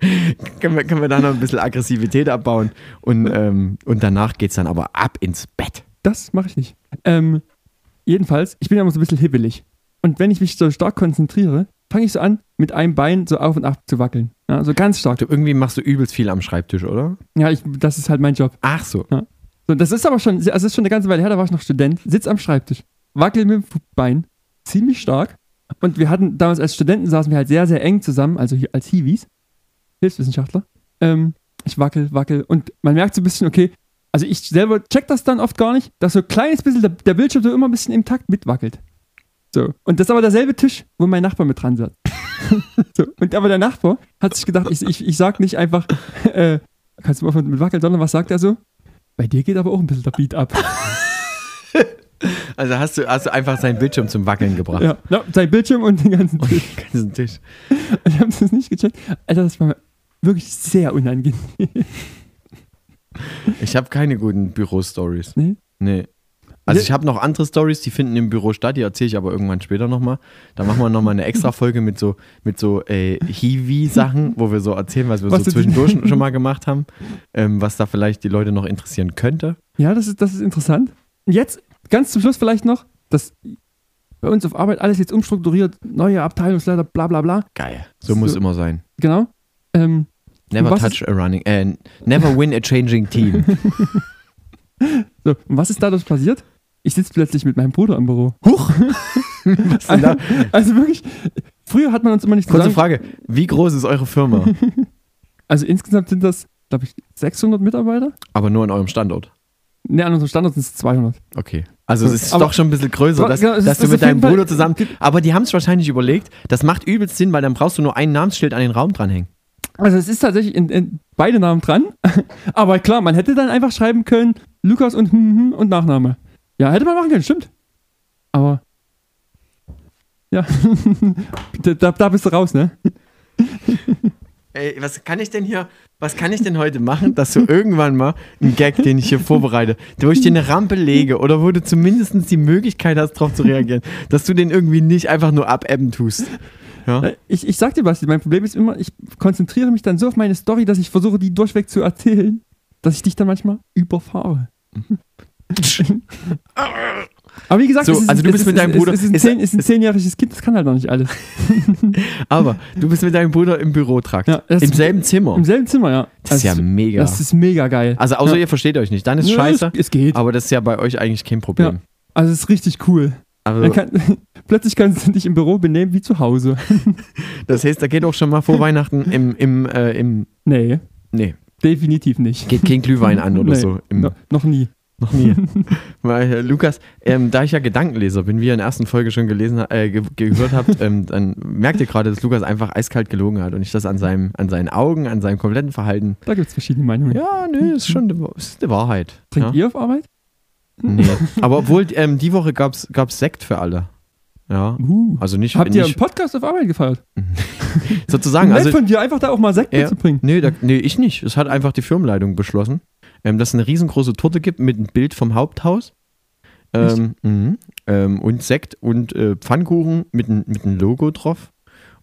Speaker 1: können wir, können wir da noch ein bisschen Aggressivität abbauen. Und, ähm, und danach geht's dann aber ab ins Bett.
Speaker 2: Das mache ich nicht. Ähm, jedenfalls, ich bin ja immer so ein bisschen hibbelig. Und wenn ich mich so stark konzentriere, fange ich so an, mit einem Bein so auf und ab zu wackeln. Ja, so ganz stark.
Speaker 1: Du, irgendwie machst du übelst viel am Schreibtisch, oder?
Speaker 2: Ja, ich, das ist halt mein Job.
Speaker 1: Ach so.
Speaker 2: So, das ist aber schon, das ist schon eine ganze Weile her, da war ich noch Student, sitz am Schreibtisch, wackel mit dem Bein, ziemlich stark. Und wir hatten damals als Studenten saßen wir halt sehr, sehr eng zusammen, also hier als Hiwis, Hilfswissenschaftler. Ähm, ich wackel, wackel und man merkt so ein bisschen, okay, also ich selber check das dann oft gar nicht, dass so ein kleines bisschen der, der Bildschirm so immer ein bisschen im Takt mitwackelt. So. Und das ist aber derselbe Tisch, wo mein Nachbar mit dran saß. so. Und aber der Nachbar hat sich gedacht, ich, ich, ich sag nicht einfach, äh, kannst du mal aufhören mit wackeln, sondern was sagt er so? Bei dir geht aber auch ein bisschen der Beat ab.
Speaker 1: Also hast du, hast du einfach seinen Bildschirm zum Wackeln gebracht.
Speaker 2: ja. Na, sein Bildschirm und den ganzen Tisch.
Speaker 1: Ganzen Tisch.
Speaker 2: Ich habe das nicht gecheckt. Alter, das war mir wirklich sehr unangenehm.
Speaker 1: Ich habe keine guten Büro-Stories.
Speaker 2: Nee?
Speaker 1: Nee. Also
Speaker 2: Nee.
Speaker 1: ich habe noch andere Stories, die finden im Büro statt, die erzähle ich aber irgendwann später nochmal. Da machen wir nochmal eine extra Folge mit so, mit so äh, Hiwi-Sachen, wo wir so erzählen, was wir
Speaker 2: Was
Speaker 1: so
Speaker 2: du-
Speaker 1: zwischendurch schon mal gemacht haben, ähm, was da vielleicht die Leute noch interessieren könnte.
Speaker 2: Ja, das ist, das ist interessant. Und Jetzt, ganz zum Schluss vielleicht noch, dass bei uns auf Arbeit alles jetzt umstrukturiert, neue Abteilungsleiter, bla bla bla.
Speaker 1: Geil. So, muss
Speaker 2: So.
Speaker 1: immer sein.
Speaker 2: Genau. Ähm,
Speaker 1: Never
Speaker 2: Was
Speaker 1: touch a running, äh, never win a changing team.
Speaker 2: so, und was ist dadurch passiert? Ich sitze plötzlich mit meinem Bruder im Büro.
Speaker 1: Was denn da?
Speaker 2: Also wirklich, früher hat man uns immer nicht
Speaker 1: Kurze
Speaker 2: zusammen...
Speaker 1: Frage, wie groß ist eure Firma?
Speaker 2: Also insgesamt sind das, glaube ich, 600 Mitarbeiter.
Speaker 1: Aber nur an eurem Standort.
Speaker 2: Ne, an unserem Standort sind es 200.
Speaker 1: Okay. Also es ist
Speaker 2: Aber-
Speaker 1: doch schon ein bisschen größer,
Speaker 2: Aber-
Speaker 1: dass,
Speaker 2: genau, es ist-
Speaker 1: dass du
Speaker 2: das
Speaker 1: mit
Speaker 2: auf
Speaker 1: deinem
Speaker 2: jeden Fall-
Speaker 1: Bruder zusammen. Aber die haben es wahrscheinlich überlegt, das macht übelst Sinn, weil dann brauchst du nur ein Namensschild an den Raum dranhängen.
Speaker 2: Also es ist tatsächlich in, in beide Namen dran. Aber klar, man hätte dann einfach schreiben können, Lukas und hm, hm und Nachname. Ja, hätte man machen können, stimmt. Aber ja, da, da, da bist du raus, ne?
Speaker 1: Ey, was kann ich denn hier, was kann ich denn heute machen, dass du irgendwann mal einen Gag, den ich hier vorbereite, wo ich dir eine Rampe lege oder wo du zumindest die Möglichkeit hast, darauf zu reagieren, dass du den irgendwie nicht einfach nur abebben tust. Ja?
Speaker 2: Äh, Ich, ich sag dir was, mein Problem ist immer, ich konzentriere mich dann so auf meine Story, dass ich versuche, die durchweg zu erzählen, dass ich dich dann manchmal überfahre. Aber wie gesagt,
Speaker 1: So, also du bist mit deinem Bruder-
Speaker 2: Es ist ein,
Speaker 1: ist-
Speaker 2: zehn, ist ein zehnjähriges Kind, das kann halt noch nicht alles.
Speaker 1: Aber du bist mit deinem Bruder im Bürotrakt.
Speaker 2: Ja, das-
Speaker 1: Im selben Zimmer.
Speaker 2: Im selben Zimmer, ja. Also
Speaker 1: Das ist ja mega.
Speaker 2: Das ist mega geil.
Speaker 1: also außer
Speaker 2: ja.
Speaker 1: ihr versteht euch nicht, dann ist
Speaker 2: Nö,
Speaker 1: scheiße.
Speaker 2: Es, es geht.
Speaker 1: Aber das ist ja bei euch eigentlich kein Problem.
Speaker 2: Ja. Also es ist richtig cool.
Speaker 1: Also,
Speaker 2: Man kann, plötzlich kannst du dich im Büro benehmen wie zu Hause.
Speaker 1: Das heißt, da geht auch schon mal vor Weihnachten im, im, äh, im,
Speaker 2: Nee,
Speaker 1: nee,
Speaker 2: definitiv nicht.
Speaker 1: geht kein Glühwein an oder
Speaker 2: Nee,
Speaker 1: so. Im,
Speaker 2: No, noch nie.
Speaker 1: Noch nie. Weil, äh, Lukas, ähm, da ich ja Gedankenleser bin, wie ihr in der ersten Folge schon gelesen, ha- äh, ge gehört habt, ähm, dann merkt ihr gerade, dass Lukas einfach eiskalt gelogen hat und ich das an, seinem, an seinen Augen, an seinem kompletten Verhalten.
Speaker 2: Da gibt es verschiedene Meinungen.
Speaker 1: Ja, nö, ist schon die, Wa- ist die Wahrheit.
Speaker 2: Trinkt
Speaker 1: ja?
Speaker 2: ihr auf Arbeit?
Speaker 1: Nee. Aber obwohl, ähm, die Woche gab es Sekt für alle. Ja.
Speaker 2: Uh.
Speaker 1: Also nicht,
Speaker 2: Habt ihr einen
Speaker 1: nicht
Speaker 2: Podcast auf Arbeit gefeiert?
Speaker 1: sozusagen.
Speaker 2: Nett
Speaker 1: Also,
Speaker 2: von dir, einfach da auch mal Sekt
Speaker 1: Ja.
Speaker 2: mitzubringen.
Speaker 1: Nee, da, nee, ich nicht. Es hat einfach die Firmenleitung beschlossen, ähm, dass es eine riesengroße Torte gibt mit einem Bild vom Haupthaus. Ähm, mhm. ähm, und Sekt und äh, Pfannkuchen mit einem mit einem Logo drauf.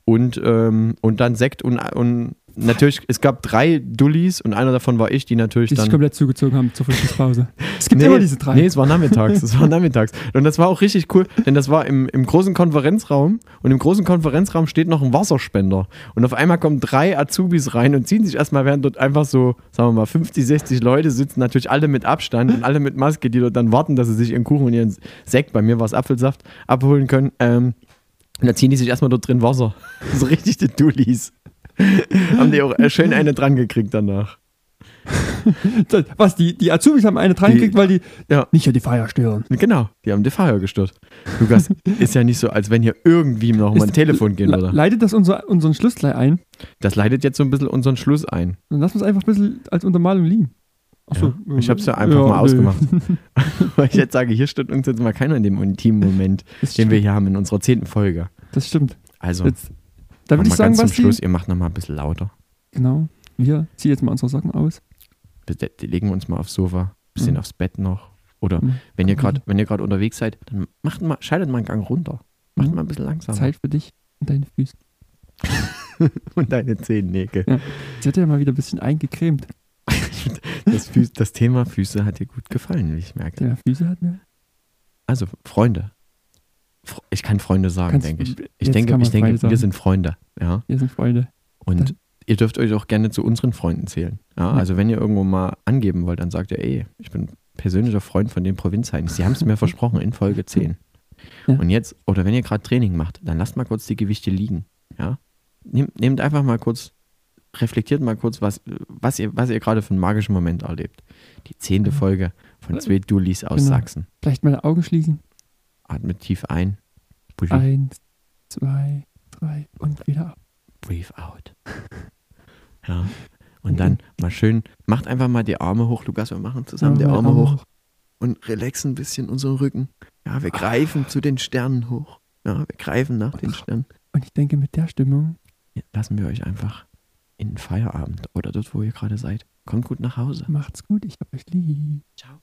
Speaker 1: Und, ähm, und dann Sekt und, und natürlich, es gab drei Dullis und einer davon war ich, die natürlich
Speaker 2: die sich
Speaker 1: dann.
Speaker 2: komplett zugezogen haben zur Frühstückspause. es gibt immer diese drei.
Speaker 1: Nee, es war nachmittags. es war nachmittags. Und das war auch richtig cool, denn das war im, im großen Konferenzraum und im großen Konferenzraum steht noch ein Wasserspender. Und auf einmal kommen drei Azubis rein und ziehen sich erstmal, während dort einfach so, sagen wir mal, 50, 60 Leute sitzen, natürlich alle mit Abstand und alle mit Maske, die dort dann warten, dass sie sich ihren Kuchen und ihren Sekt, bei mir war es Apfelsaft, abholen können. Ähm, und da ziehen die sich erstmal dort drin Wasser. So richtig die Dullis. Haben die auch äh, schön eine dran gekriegt danach.
Speaker 2: Das- Was, die, die Azubis haben eine dran
Speaker 1: Die-
Speaker 2: gekriegt, weil die
Speaker 1: Ja.
Speaker 2: nicht hier die Feier stören.
Speaker 1: Genau, die haben die Fahrer gestört. Lukas, ist ja nicht so, als wenn hier irgendwie noch mal ein
Speaker 2: Ist-
Speaker 1: Telefon gehen
Speaker 2: Le-
Speaker 1: würde.
Speaker 2: Leitet das unser, unseren Schluss gleich ein?
Speaker 1: Das leitet jetzt so ein bisschen unseren Schluss ein.
Speaker 2: Dann lass uns einfach ein bisschen als Untermalung liegen. Achso.
Speaker 1: Ja, ich hab's ja einfach mal ausgemacht. Weil ich jetzt sage, hier stört uns jetzt mal keiner in dem intimen Moment,
Speaker 2: Das
Speaker 1: den
Speaker 2: stimmt.
Speaker 1: wir hier haben in unserer zehnten Folge.
Speaker 2: Das stimmt.
Speaker 1: Also,
Speaker 2: Jetzt, da
Speaker 1: noch
Speaker 2: würde ich
Speaker 1: mal
Speaker 2: sagen,
Speaker 1: ganz
Speaker 2: was
Speaker 1: zum Schluss, ihr macht nochmal ein bisschen lauter.
Speaker 2: Genau. Wir ziehen jetzt mal unsere Socken aus.
Speaker 1: Bitte, die legen wir uns mal aufs Sofa, bisschen
Speaker 2: Mhm.
Speaker 1: aufs Bett noch. Oder
Speaker 2: Mhm.
Speaker 1: wenn ihr gerade, wenn ihr gerade unterwegs seid, dann macht mal, schaltet mal einen Gang runter. Macht
Speaker 2: Mhm.
Speaker 1: mal ein bisschen langsamer.
Speaker 2: Zeit für dich und deine Füße.
Speaker 1: Und deine Zehennägel.
Speaker 2: Sie hat ja mal wieder ein bisschen eingecremt.
Speaker 1: Das, Füß, das Thema Füße hat dir gut gefallen, wie ich merke.
Speaker 2: Deine Füße hat mir.
Speaker 1: Also, Freunde. Fr- Ich kann Freunde sagen,
Speaker 2: Kannst-
Speaker 1: denke ich. Ich
Speaker 2: jetzt
Speaker 1: denke,
Speaker 2: kann man
Speaker 1: ich denke
Speaker 2: Freunde
Speaker 1: wir
Speaker 2: sagen.
Speaker 1: sind Freunde. Ja.
Speaker 2: Wir sind Freunde.
Speaker 1: Und
Speaker 2: Dann-
Speaker 1: ihr dürft euch auch gerne zu unseren Freunden zählen. Ja,
Speaker 2: Ja.
Speaker 1: also, wenn ihr irgendwo mal angeben wollt, dann sagt ihr, ey, ich bin persönlicher Freund von den Provinzheiden. Sie haben es mir versprochen in Folge 10.
Speaker 2: Ja.
Speaker 1: Und jetzt, oder wenn ihr gerade Training macht, dann lasst mal kurz die Gewichte liegen. Ja. Nehmt, nehmt einfach mal kurz, reflektiert mal kurz, was, was ihr, was ihr gerade für einen magischen Moment erlebt. Die zehnte
Speaker 2: Genau.
Speaker 1: Folge von zwei Dullis aus
Speaker 2: Genau.
Speaker 1: Sachsen.
Speaker 2: Vielleicht meine Augen schließen.
Speaker 1: Atmet tief ein. Buschi.
Speaker 2: Eins, zwei, drei und wieder ab.
Speaker 1: Breathe out. Ja. Und dann mal schön, macht einfach mal die Arme hoch, Lukas, wir machen zusammen die
Speaker 2: Ja,
Speaker 1: Arme
Speaker 2: Arme
Speaker 1: hoch Ah. und relaxen ein bisschen unseren Rücken. Ja, wir greifen zu den Sternen hoch. Ja, wir greifen nach den Sternen.
Speaker 2: Und ich denke, mit der Stimmung
Speaker 1: Ja, Lassen wir euch einfach in den Feierabend oder dort, wo ihr gerade seid. Kommt gut nach Hause.
Speaker 2: macht's gut. Ich hab euch lieb.
Speaker 1: Ciao.